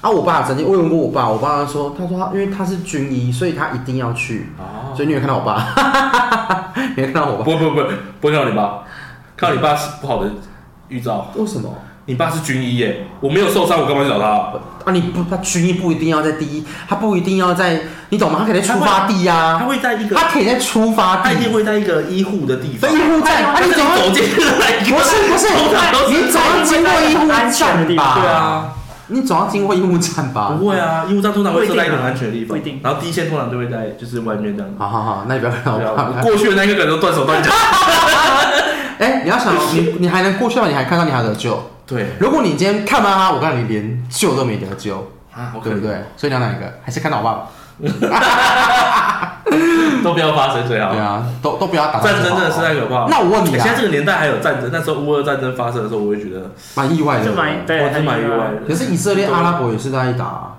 S1: 啊，我爸曾经问过我爸，我爸说，他说他啊因为他是军医，所以他一定要去，
S2: 啊，
S1: 所以你有看到我爸，你有看到我
S2: 不
S1: 爸，
S2: 不不不会看到你爸，看到你爸是不好的预兆。
S1: 为什么
S2: 你爸是军医耶，我没有受伤，我干嘛去找他？
S1: 啊？你不他军医不一定要在第一，他不一定要在，你懂吗？他可以在出发地呀、
S2: 他会在一个，
S1: 他可以在出发
S2: 他一定
S1: 地，啊
S2: 会在一个医护的地
S1: 在
S2: 方
S1: 医，护站，啊，
S2: 但
S1: 你
S2: 是
S1: 总
S2: 你
S1: 要
S2: 走进来一个，
S1: 不是不是
S2: 通常都，是
S1: 你总要经
S2: 哎
S1: 过医护
S3: 安全的
S1: 站
S3: 地方
S1: 吧？
S2: 对啊，
S1: 你总要经过医护站吧？
S2: 不会啊，医务站通常会设在一个很安全的地方，
S3: 不一定
S2: 然后第一线通常就会在就是外面这样。
S1: 好好好，那你不要看到
S2: 对
S1: 我
S2: 啊，
S1: 爸。
S2: 过去的那个可能都断手断脚。
S1: 哎，你要想，你你还能过去吗？你还看到你还得救。
S2: 对
S1: 如果你今天看到他，我告诉你，连救都没得救，
S2: 啊，好可
S1: 对不
S2: 怜，
S1: 对？所以你要哪一个？还是看到我爸爸？
S2: 都不要发生最好
S1: 对。啊，都都不要打
S2: 战争真的是
S1: 在。
S2: 太可怕。
S1: 那我问你
S2: 欸现在这
S1: 啊，
S2: 个年代还有战争，那时候乌俄战争发生的时候，我会觉得
S1: 蛮意外的
S3: 就。蛮对，
S2: 我是蛮意外的。
S1: 可是以色列、阿拉伯也是在打啊。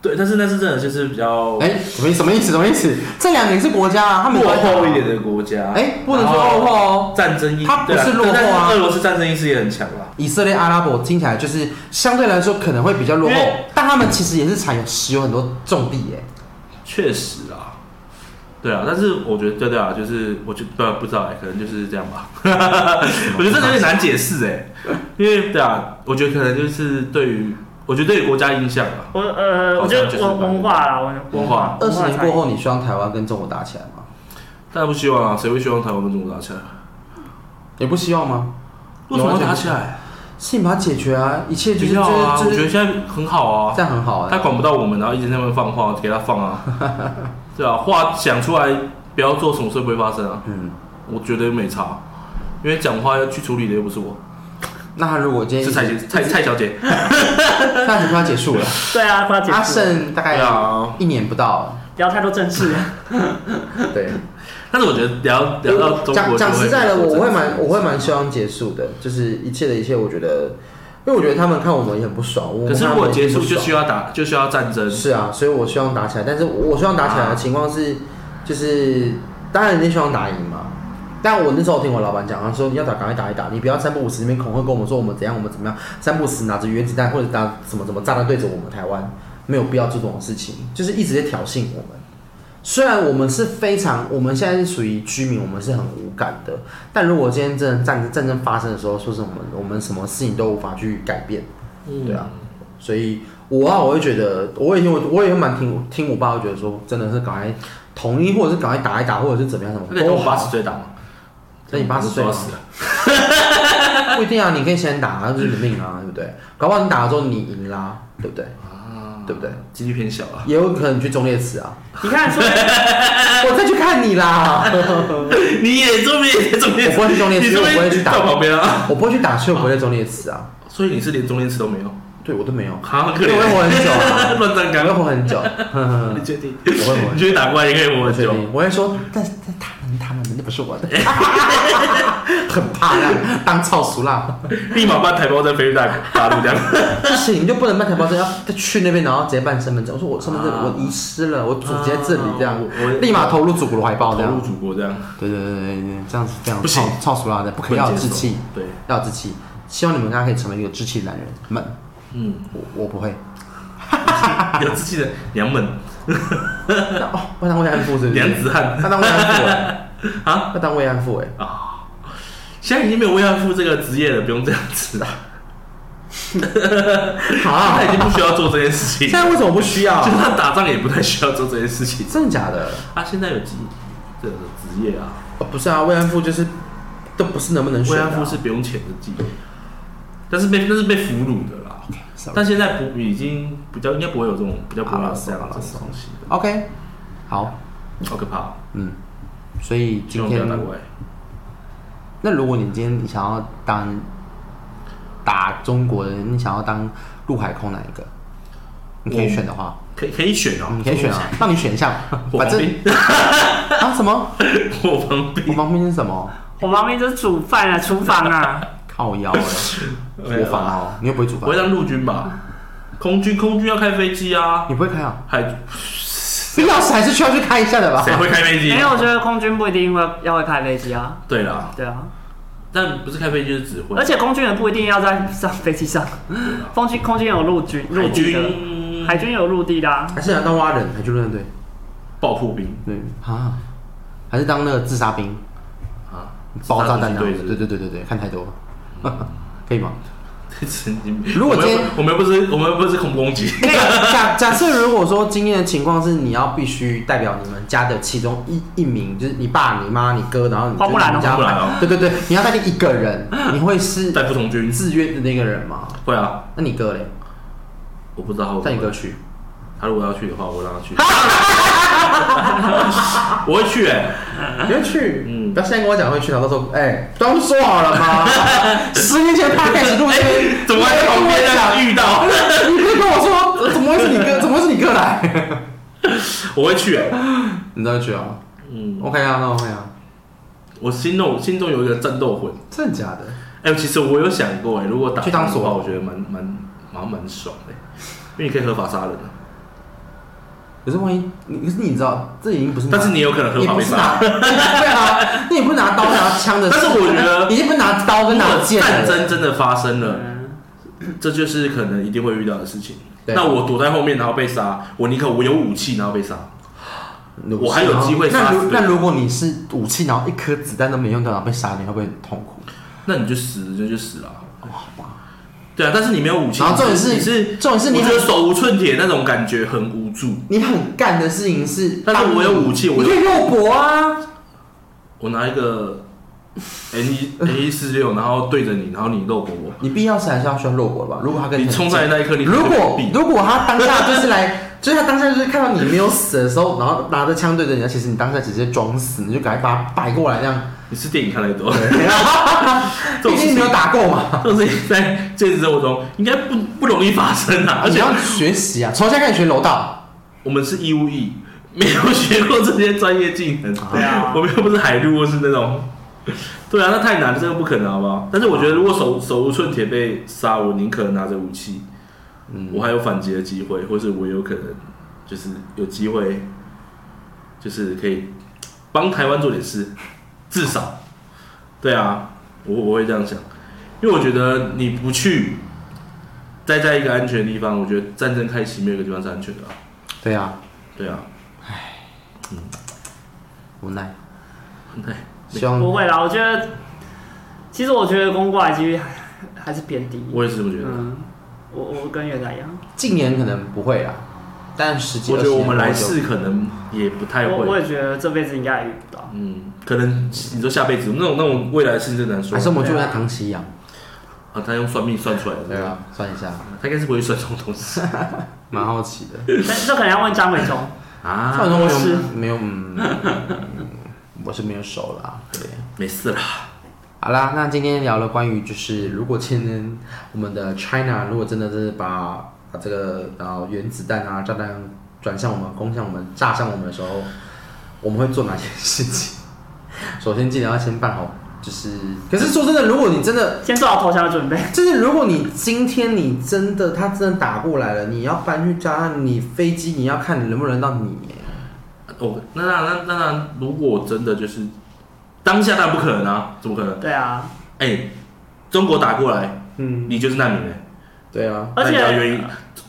S2: 对，但是那是真的就是比较
S1: 哎，什么什么意思？什么意思？这两个也是国家啊，他们
S2: 落
S1: 都在打啊
S2: 后一点。的国家。
S1: 哎，不能说落后哦。
S2: 战争意，
S1: 它不是
S2: 对
S1: 落后啊
S2: 但是俄罗斯战争意识也很强啦。
S1: 以色列、阿拉伯听起来就是相对来说可能会比较落后
S3: 因
S2: 嗯
S3: 为，
S1: 但他们其实也是产有石油很多重地耶。
S2: 确实啊，对啊，但是我觉得对对啊，就是我觉得对啊不知道哎、可能就是这样 吧。我觉得真的有点难解释哎、 因为对啊，我觉得可能就是对于，我觉得对于国家啊影响吧。
S3: 我呃，我
S2: 好
S3: 觉
S2: 像
S3: 得
S2: 就是
S3: 文文化啦，文
S2: 文化
S3: 化。
S1: 二十年过
S3: 差
S1: 后，你希望台湾跟中国打起来吗？
S2: 当然不希望啊，谁会希望台湾跟中国打起来？啊
S1: 也不希望吗？
S2: 为什么要
S1: 完全
S2: 打
S1: 不
S2: 起来？
S1: 事情把它解决啊，一切就
S2: 学
S1: 是
S2: 校啊，
S1: 就
S2: 我
S1: 是
S2: 觉
S1: 就
S2: 得
S1: 是
S2: 现在很好啊
S1: 这，样很好
S2: 他
S1: 啊。
S2: 管不到我们，然后一直在那边放话，给他放啊， 对啊，话讲出来，不要做什么事不会发生啊，
S1: 嗯，
S2: 我觉得没差，啊因为讲话要去处理的又不是我，
S1: 那他如果今天
S2: 是蔡姐蔡蔡小姐，
S1: 那就快结束 了，
S3: 对啊，快要结
S1: 他
S3: 束了，
S1: 剩大
S2: 对
S1: 概
S2: 啊，
S1: 一年不到。
S3: 不要太多政治。
S1: 对，
S2: 但是我觉得聊聊到
S1: 哎
S2: 中国
S1: 讲讲
S2: 就
S1: 实在的，我会蛮我会蛮
S2: 真
S1: 希望结束的，就是一切的一切，我觉得，因为我觉得他们看我们也很不爽。我
S2: 的，可是
S1: 看
S2: 如
S1: 他们
S2: 果
S1: 也
S2: 结束
S1: 不
S2: 就
S1: 爽
S2: 需要打就需要战争，
S1: 是啊，所以我希望打起来，但是我希望打起来的情况是，就是当然你希望打赢嘛。但我那时候听我老板讲，他说你要打赶快打一打，你不要三不五时那边恐吓跟我们说我们怎样我们怎么样，三不五时拿着原子弹或者拿什么什么炸弹对着我们台湾，没有必要做这种事情，就是一直在挑衅我们。虽然我们是非常，我们现在是属于居民，我们是很无感的。但如果今天真的战战争发生的时候，说什么我们什么事情都无法去改变，
S2: 嗯
S1: 对啊，所以我啊，我会觉得，我也听我我也蛮听听我爸，会觉得说，真的是赶快统一，或者是赶快打一打，或者是怎么样什
S2: 那
S1: 么
S2: 得等
S1: 都
S2: 我八十
S1: 好。啊
S2: 岁打嘛，
S1: 哦那你80岁吗啊
S2: 我死了，
S1: 不一定啊，你可以先打啊，就是你的命啊，对不 对？搞不好你打了之后你赢啦，对不对？啊对不对？
S2: 几率偏小啊，
S1: 也有可能你去中烈祠 啊，
S3: 你看，所以
S1: 我再去看你啦。
S2: 你也这边也这边，
S1: 我不会去中间
S2: 你
S1: 吃
S2: 这边
S1: 我不会去打
S2: 到旁边啊，
S1: 我不会去打，所以我不会在中烈祠啊。
S2: 所以你是连中间吃都没有。
S1: 对我都没有，
S2: 好很可
S1: 因为我会
S2: 怜，
S1: 活很久啊，
S2: 乱
S1: 我
S2: 站岗
S1: 会，活很久， 呵呵
S2: 你确定？
S1: 我会活
S2: 你觉得打怪也可以活
S1: 我
S2: 很
S1: 确
S2: 久？
S1: 定，我会说，但是但他们他们那不是我的， 很怕啊，当操俗啦。
S2: 立马把台胞证飞去大大陆 这样。
S1: 不行，你就不能办台胞证，要去那边，然后直接办身份证。我说我身份证
S2: 啊
S1: 我遗失了，我祖籍在这里，这样
S2: 啊我我
S1: 立马投入祖国的怀抱，
S2: 投
S1: 这
S2: 入
S1: 样。
S2: 祖国这样，
S1: 哦对对对对对，这样是非常
S2: 不行
S1: 操俗啦的，不可以要有志气，
S2: 对，
S1: 要有志气。希望你们大家可以成为一个志气的男人们，
S2: 嗯，
S1: 我我不会。
S2: 有志气的娘们
S1: 那哦，我当慰安妇是不
S2: 娘
S1: 是？
S2: 子汉
S1: 要当慰安妇 哎，
S2: 啊，
S1: 要当慰安妇哎，
S2: 现在已经没有慰安妇这个职业了，不用这样子啦。
S1: 好
S2: 啊他，已经不需要做这件事情
S1: 啊 现，在为什么不需要
S2: 就？是他打仗也不太需要做这件事情。
S1: 真的假的？
S2: 他现在有职这个职业啊，
S1: 哦不是啊，慰安妇就是都不是能不能选
S2: 慰
S1: 的啊、
S2: 安妇是不用钱的妓，但是被那是被俘虏的啦。
S1: Sorry
S2: 但现在不已经比较应该不会有这种比较不会
S1: 好
S2: 有
S1: 了
S2: 这样
S1: 好
S2: 的
S1: 了
S2: 这种东西
S1: OK，好，
S2: 的，好可怕哦！
S1: 嗯，所以
S2: 希
S1: 今
S2: 望不
S1: 天
S2: 要打过来。
S1: 那如果你今天你想要当打中国人，你想要当陆海空哪一个？你可以选的话，
S2: 可以可以选哦，
S1: 你可以选啊，让你选一 项，
S2: 我
S1: 反
S2: 旁
S1: 正
S2: 边，
S1: 啊什么？
S2: 我
S1: 我
S2: 旁边，
S1: 旁边是什么？
S3: 我旁边就是煮饭啊，厨房 啊，
S1: 靠 腰哎、
S2: 没
S1: 欸，
S2: 有
S1: 厨房
S2: 啦
S1: 哦，你又不会煮
S2: 不
S1: 饭
S2: 啊会，当陆军吧？空军空军要开飞机啊，
S1: 你不会开啊？
S2: 海
S1: 这钥匙还是需要去开一下的吧？
S2: 谁会开飞机？
S3: 因为我觉得空军不一定会要会开飞机啊，
S2: 对啦，
S3: 对啊，
S2: 但不是开飞机就是指挥，
S3: 而且空军人不一定要在上飞机上， 空军空军有陆军陆
S2: 海
S3: 地的，
S2: 军
S3: 海军有陆地的啊，
S1: 还是想当蛙人，海军陆战队？
S2: 爆破兵
S1: 对啊，还是当那个自杀兵，
S2: 啊，
S1: 爆炸弹啊？
S2: 对
S1: 对对对对对，看太多了， 可以吗？
S2: 神经病。
S1: 如果
S2: 我们
S1: 今
S2: 又
S1: 天
S2: 不我们又不是我们又不是恐怖攻击，
S1: 假假设如果说今天的情况是你要必须代表你们家的其中一一名，就是你爸、你妈、你哥，然后你
S3: 花木兰哦
S1: 就是你
S2: 花木兰
S1: 家
S2: 哦
S1: 对对对，你要代替一个 人，你会是
S2: 带不同军
S1: 自愿的那个人吗？
S2: 会啊，
S1: 那你哥嘞？
S2: 我不知道他会不
S1: 带
S2: 会
S1: 你哥 去？
S2: 他如果要去的话，我会让他去。 我会去哎、
S1: 你会去？
S2: 嗯
S1: 不要现在跟我讲会去，然后到时候哎，刚不说好了 吗？十年前他开始录音，
S2: 哎怎么会在旁边
S1: 讲？
S2: 遇 到？
S1: 你不是跟我说怎么会是你哥？怎么会是你哥来？
S2: 我会去哎、
S1: 你都会去啊
S2: 嗯，
S1: ？OK 啊，那 OK 啊，
S2: 我心中心中有一个战斗魂。
S1: 真的假的？
S2: 哎、其实我有想过哎、如果打
S1: 去当
S2: 的
S1: 锁
S2: 话，我觉得蛮蛮蛮蛮爽的、因为你可以合法杀人啊
S1: 可是万一你可是你知道，这已经不是拿，
S2: 但是你有可能合
S1: 也
S2: 法
S1: 不
S2: 被
S1: 是拿，
S2: 杀。
S1: 对啊，那也不是拿刀拿枪的事，
S2: 但是我觉得
S1: 已经不是拿刀跟
S2: 如
S1: 拿
S2: 果
S1: 剑
S2: 战
S1: 了
S2: 争真的发生了，
S3: 嗯，
S2: 这就是可能一定会遇到的事情。
S1: 对
S2: 那我躲在后面，然后被杀，我宁可我有武器，然后被杀。我还有机会
S1: 那
S2: 杀死
S1: 如
S2: 对
S1: 那
S2: 方
S1: 如果你是武器，然后一颗子弹都没用到，然后被杀，你会不会很痛苦？
S2: 那你就死，就就死了啊。对啊，但是你没有武器，
S1: 然后重点是
S2: 你是
S1: 重点是你
S2: 我觉得手无寸铁那种感觉很无助。
S1: 你很干的事情是，
S2: 但是我有武器我
S1: 你
S2: 有
S1: 可以肉搏啊。
S2: 我拿一个 N 一 N 一四六，然后对着你，然后你肉搏我，
S1: 你必要时还是要需要肉搏的吧？如果他跟
S2: 你
S1: 很
S2: 冲上来那一刻，你
S1: 如果
S2: 必
S1: 如果他当下就是 来，就是他当下就是看到你没有死的时候，然后拿着枪对着你，其实你当下直接装死，你就赶快把他摆过来这 样。
S2: 你是电影看太多，
S1: 毕
S2: 这种事
S1: 竟
S2: 情
S1: 没有打够嘛，
S2: 这种事情在现实生活中应该不不容易发生啊。而
S1: 哦你
S2: 且
S1: 要学习啊，从现在开始学柔道。
S2: 我们是义务役，没有学过这些专业技能，
S3: 对啊
S2: 我们又不是海陆或是那种。对啊，那太难了，这个不可能，好不好？但是我觉得，如果
S3: 啊
S2: 手手无寸铁被杀，我宁可拿着武器，
S1: 嗯，
S2: 我还有反击的机会，或是我有可能就是有机会，就是可以帮台湾做点事，至少，对啊，我我会这样想，因为我觉得你不去待在一个安全的地方，我觉得战争开启没有一个地方是安全的、啊，
S1: 对啊，
S2: 对啊，
S1: 无奈，
S2: 对，
S1: 希望
S3: 不会啦，我觉得，其实我觉得攻过来几率还还是偏低，
S2: 我也是这么觉得。
S3: 嗯，我我跟原来一样。
S1: 近年可能不会啦，但实际
S2: 我觉得我们来世可能也不太
S3: 我我
S2: 会，
S3: 也觉得这辈子应该也遇不到。
S2: 嗯，可能你说下辈子那种那种未来的事情真的难说
S3: 啊
S1: 还。是我们就像唐奇一样，
S2: 啊，他用算命算出来的，
S1: 对，啊，算一下，
S2: 他应该是不会算这种东 西
S1: 蛮好奇的。
S3: 这这可能要问张伟忠，
S2: 啊。
S1: 算我
S3: 我是
S1: 是没有，嗯， 我是没有手啦。对，
S2: 没事啦，
S1: 好啦，那今天聊了关于就是如果今天我们的 China 如果真的是把把这个啊原子弹啊炸弹转向我们、攻向我们、炸向我们的时候，我们会做哪些事情？首先，记得要先办好，就是可是说真的，如果你真的
S3: 先做好投降的准备。
S1: 就是如果你今天你真的他真的打过来了，你要搬去加上你飞机，你要看你能不能到你耶。
S2: 哦，那那那那那，如果真的就是当下，当然不可能啊，怎么可能？
S3: 对啊，
S2: 哎、中国打过来，
S1: 嗯，
S2: 你就是难民哎、
S1: 对啊，
S3: 而
S2: 那你要愿
S3: 且
S2: 意，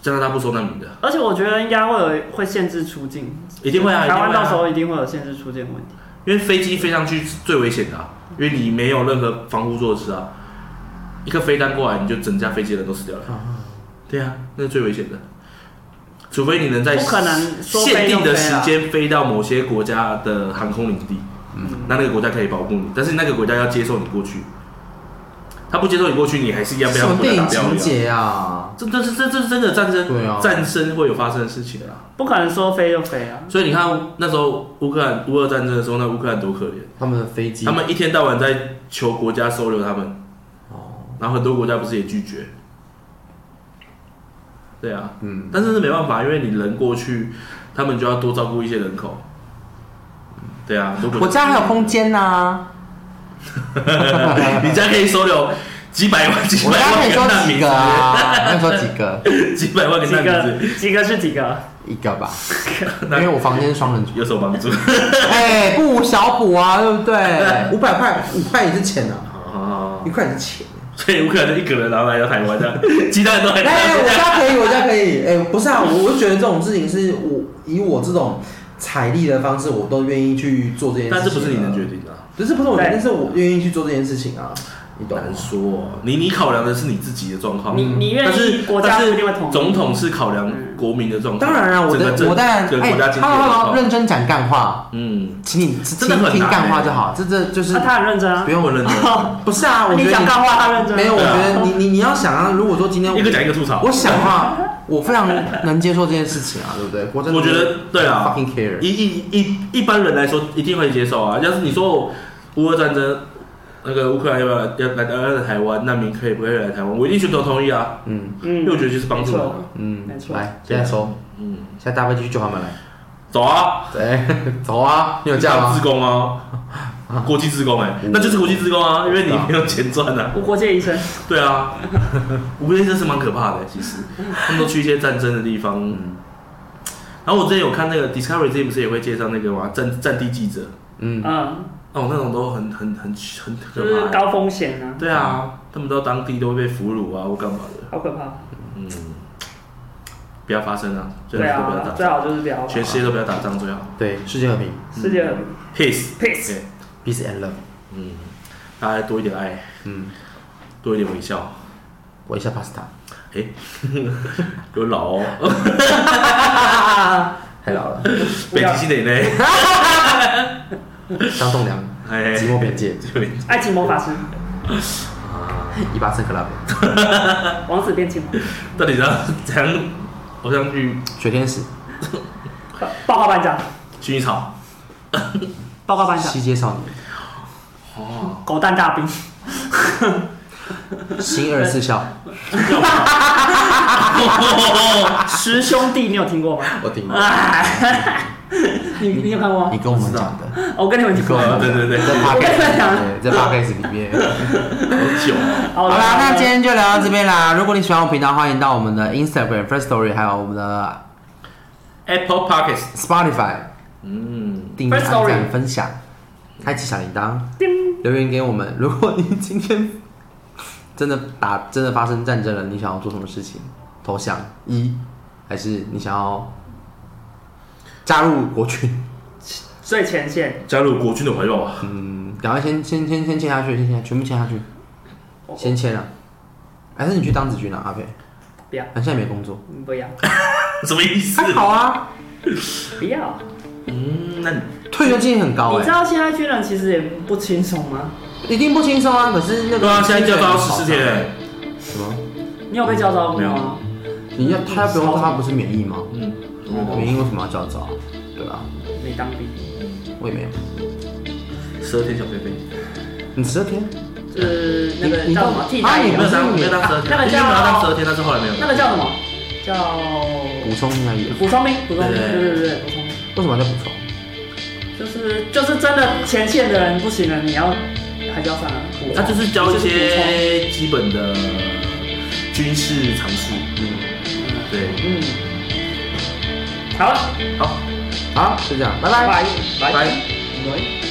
S2: 加拿大不收难民的，
S3: 而且我觉得应该会有会限制出境，
S2: 一定会啊，一定
S3: 台
S2: 会
S3: 湾到时
S2: 啊，
S3: 候一定会有限制出境问题。
S2: 因为飞机飞上去是最危险的、啊，因为你没有任何防护措施啊，一个飞弹过来，你就整架飞机的人都死掉了。
S1: 啊
S2: 对啊，那是最危险的。除非你能在
S3: 不可能说
S2: 限
S3: 飞就
S2: 定的
S3: 飞
S2: 时
S3: 啊
S2: 间飞到某些国家的航空领地，
S3: 嗯
S2: 那那个国家可以保护你，但是那个国家要接受你过去，他不接受你过去，你还是一样被
S1: 什
S2: 他
S1: 么
S2: 们国
S1: 电
S2: 家
S1: 影
S2: 打
S1: 情
S2: 掉而已啊。
S1: 节啊？
S2: 这这这这这是真的战争，
S1: 对啊
S2: 战争会有发生的事情啊。
S3: 不可能说飞就飞啊。
S2: 所以你看那时候乌克兰乌俄战争的时候，那乌克兰多可怜，
S1: 他们的飞机，
S2: 他们一天到晚在求国家收留他们，
S1: 哦
S2: 然后很多国家不是也拒绝？对啊，
S1: 嗯，
S2: 但是是没办法，因为你人过去，他们就要多照顾一些人口。对啊，如果
S1: 我家还有空间啊呐，
S2: 你家可以收留几百万、几
S1: 我
S2: 百
S1: 家可
S2: 万
S1: 以
S2: 个难
S1: 说几
S2: 民
S1: 个，啊？可以说几个？
S2: 几百万个
S3: 几
S2: 难民
S3: 个几个是几个？
S1: 一个 吧，因
S2: 那
S1: 为我房间双人床。
S2: 有所帮助。
S1: 哎，不无小补啊，对不 对？五百块，五块也是钱啊，
S2: 哦
S1: 一块也是 钱。
S2: 所以乌克兰就一个人，然后来到台湾这样，鸡蛋都
S1: 哎，
S2: 还
S1: 我
S2: 拿
S1: 家可以，我家可以。哎，不是啊，我我觉得这种事情是我以我这种财力的方式，我都愿意去做这件事情。啊
S2: 但这不是你能决，定的、啊，
S1: 不是不是我决定，
S3: 对
S1: 但是我愿意去做这件事情啊，你懂吗？
S2: 难说哦、你你考量的是你自己的状况，
S3: 你你愿
S2: 但是
S3: 意，国家
S2: 但
S3: 不
S2: 是
S3: 一嗯定会同意。
S2: 总统是考量国民的状况。
S1: 当然啊，我
S2: 整个
S1: 的
S2: 政
S1: 我当然
S2: 整个
S1: 哎
S2: 国家经济的
S1: h e l l o
S2: 状况
S1: hello，认真讲干话，
S2: 嗯，
S1: 请你
S2: 真的很
S1: 听
S2: 难
S1: 听干话
S2: 欸
S1: 就好，这这就是
S3: 那他很认真啊
S1: 不，用
S2: 我 认真。
S1: 不是啊，我觉
S3: 你
S1: 得
S3: 讲
S1: 你
S3: 干话，他认真啊。
S1: 没有，我
S2: 对
S1: 觉
S2: 啊
S1: 得你你你要想啊，如果说今天我
S2: 一个讲一个吐槽。
S1: 我想啊，我非常能接受这件事情啊，对不对？我真的
S2: 我觉得对啊
S1: fucking care，
S2: 一一一一般人来说一定会接受啊。要是你说乌俄战争，那个乌克兰要不要要来要来台湾，难民可以不可以来台湾？我一定全都同意啊，
S1: 嗯
S2: 因为我
S3: 嗯，
S2: 觉得就是帮助人啊。
S1: 嗯
S3: 没，错
S1: 来现在收，
S2: 嗯，
S1: 现在大飞继续救他们来，
S2: 走啊，
S1: 对， 走啊，你有假
S2: 自
S1: 吗？
S2: 工啊，国际自 工哎、那就是国际自工啊，因为你没有钱赚啊。
S3: 无国界医生，
S2: 对啊，无边真是蛮可怕的、其实他们都去一些战争的地方。然后我之前有看那个 Discovery 之前不是也会介绍那个嘛战战地记者，
S1: 嗯，
S3: 嗯，
S2: 哦，那种都很很很很可
S3: 就
S2: 怕、
S3: 是高风险啊，
S2: 对啊，他们到当地都会被俘虏啊，或干嘛的。
S3: 好可怕。
S2: 嗯，不要发生啊，最
S3: 对
S2: 好都不要
S3: 啊
S2: 打，
S3: 最
S2: 仗，
S3: 好就是不要吧
S2: 全世界都不要打仗最好。嗯
S1: 对，世界和平
S3: 啊世界和平
S2: Peace，
S3: peace。
S1: ，peace and love，
S2: 嗯，大家多一点爱，
S1: 嗯，
S2: 多一点微笑。
S1: 我一下 pasta，
S2: 哎， 有老哦，
S1: 太 老了，
S3: 不
S2: 北
S3: 要
S2: 极星的嘞，
S1: 张栋梁，
S2: 哎，
S1: 寂寞边界，
S2: 有点
S3: 爱情魔法师，
S1: 一八四 club，
S3: 王子变青蛙，
S2: 到底要怎样？偶像剧
S1: 雪天使，
S3: 报报告班长，
S2: 薰衣草
S3: 报告班长，
S1: 西街少年。
S2: 哦，
S3: 狗蛋大兵，
S1: 新二十四孝，
S3: 十兄弟，你有听过吗？
S1: 我听
S2: 啊
S1: 过，
S3: 哎，你你有看过
S1: 嗯你
S3: 吗？
S1: 跟我们讲的，
S3: 我跟你们讲过。
S2: 对对对，
S1: 在 podcast
S2: 好
S3: 我跟
S1: 里
S3: 他
S1: 面，在 podcast 里面。
S2: 久 哦，
S1: 好
S3: 好
S1: 啦，那今
S3: 天
S1: 天就聊到这边啦。如果你喜欢我频道，欢迎到我们的 Instagram、First Story，还有我们的
S2: Apple Podcast，
S1: Spotify
S2: 嗯，
S1: 订阅、
S3: First
S1: 按
S3: Story
S1: 赞、分享，开启小铃铛，留言给我们。如果你今天真的打真的发生战争了，你想要做什么事情？投降一，还是你想要加入国军？
S3: 最前线，
S2: 加入国军的怀抱啊，
S1: 嗯，赶快先先先先签下去，先签下去，全部签下去。
S3: 我
S1: 先签啊，还是你去当子军啊，阿飞？
S3: 不要
S1: 啊，你现在没工作，
S3: 嗯不要
S2: 什么意思
S1: 还？好啊，
S3: 不要。
S2: 嗯，那你
S1: 退休金很高
S3: 你知
S1: 哎、
S3: 道现在军人其实也不轻松吗？
S1: 一定不轻松啊。可是那个
S2: 对啊，现在就到
S1: 薪
S2: 十
S1: 水很少
S2: 四天
S1: 啊
S2: 了。
S1: 什么？
S3: 你有被叫招过
S2: 没有
S3: 吗？
S1: 你要他不用，他不是免疫吗？
S2: 嗯，
S1: 免疫为什么要较早？对啊，
S3: 没当兵，
S1: 我也没有。
S2: 十二天小飞飞，
S1: 你十二天？
S3: 就是那个
S1: 你
S3: 叫什么替
S1: 啊
S3: 代
S1: 你
S3: 役
S2: 没
S1: 不
S2: 有
S1: 是
S3: 吗，
S2: 当没有当十二
S3: 那个
S2: 天，已
S3: 叫
S2: 经没有当十二天，但是后来没有。
S3: 那个叫什么？叫
S1: 补充而已。
S3: 补充兵，补充兵，
S2: 对
S3: 对对对，补充兵。
S1: 为什么要再补充？
S3: 就是就是真的前线的人不行了，你要还是要上啊？
S2: 他就是教一些基本的军事常识。
S1: 嗯，
S2: 对，
S3: 嗯，好了，
S2: 好，
S1: 好，就这样，拜拜
S3: 拜。
S2: 拜
S3: 拜
S2: 拜。
S3: 拜。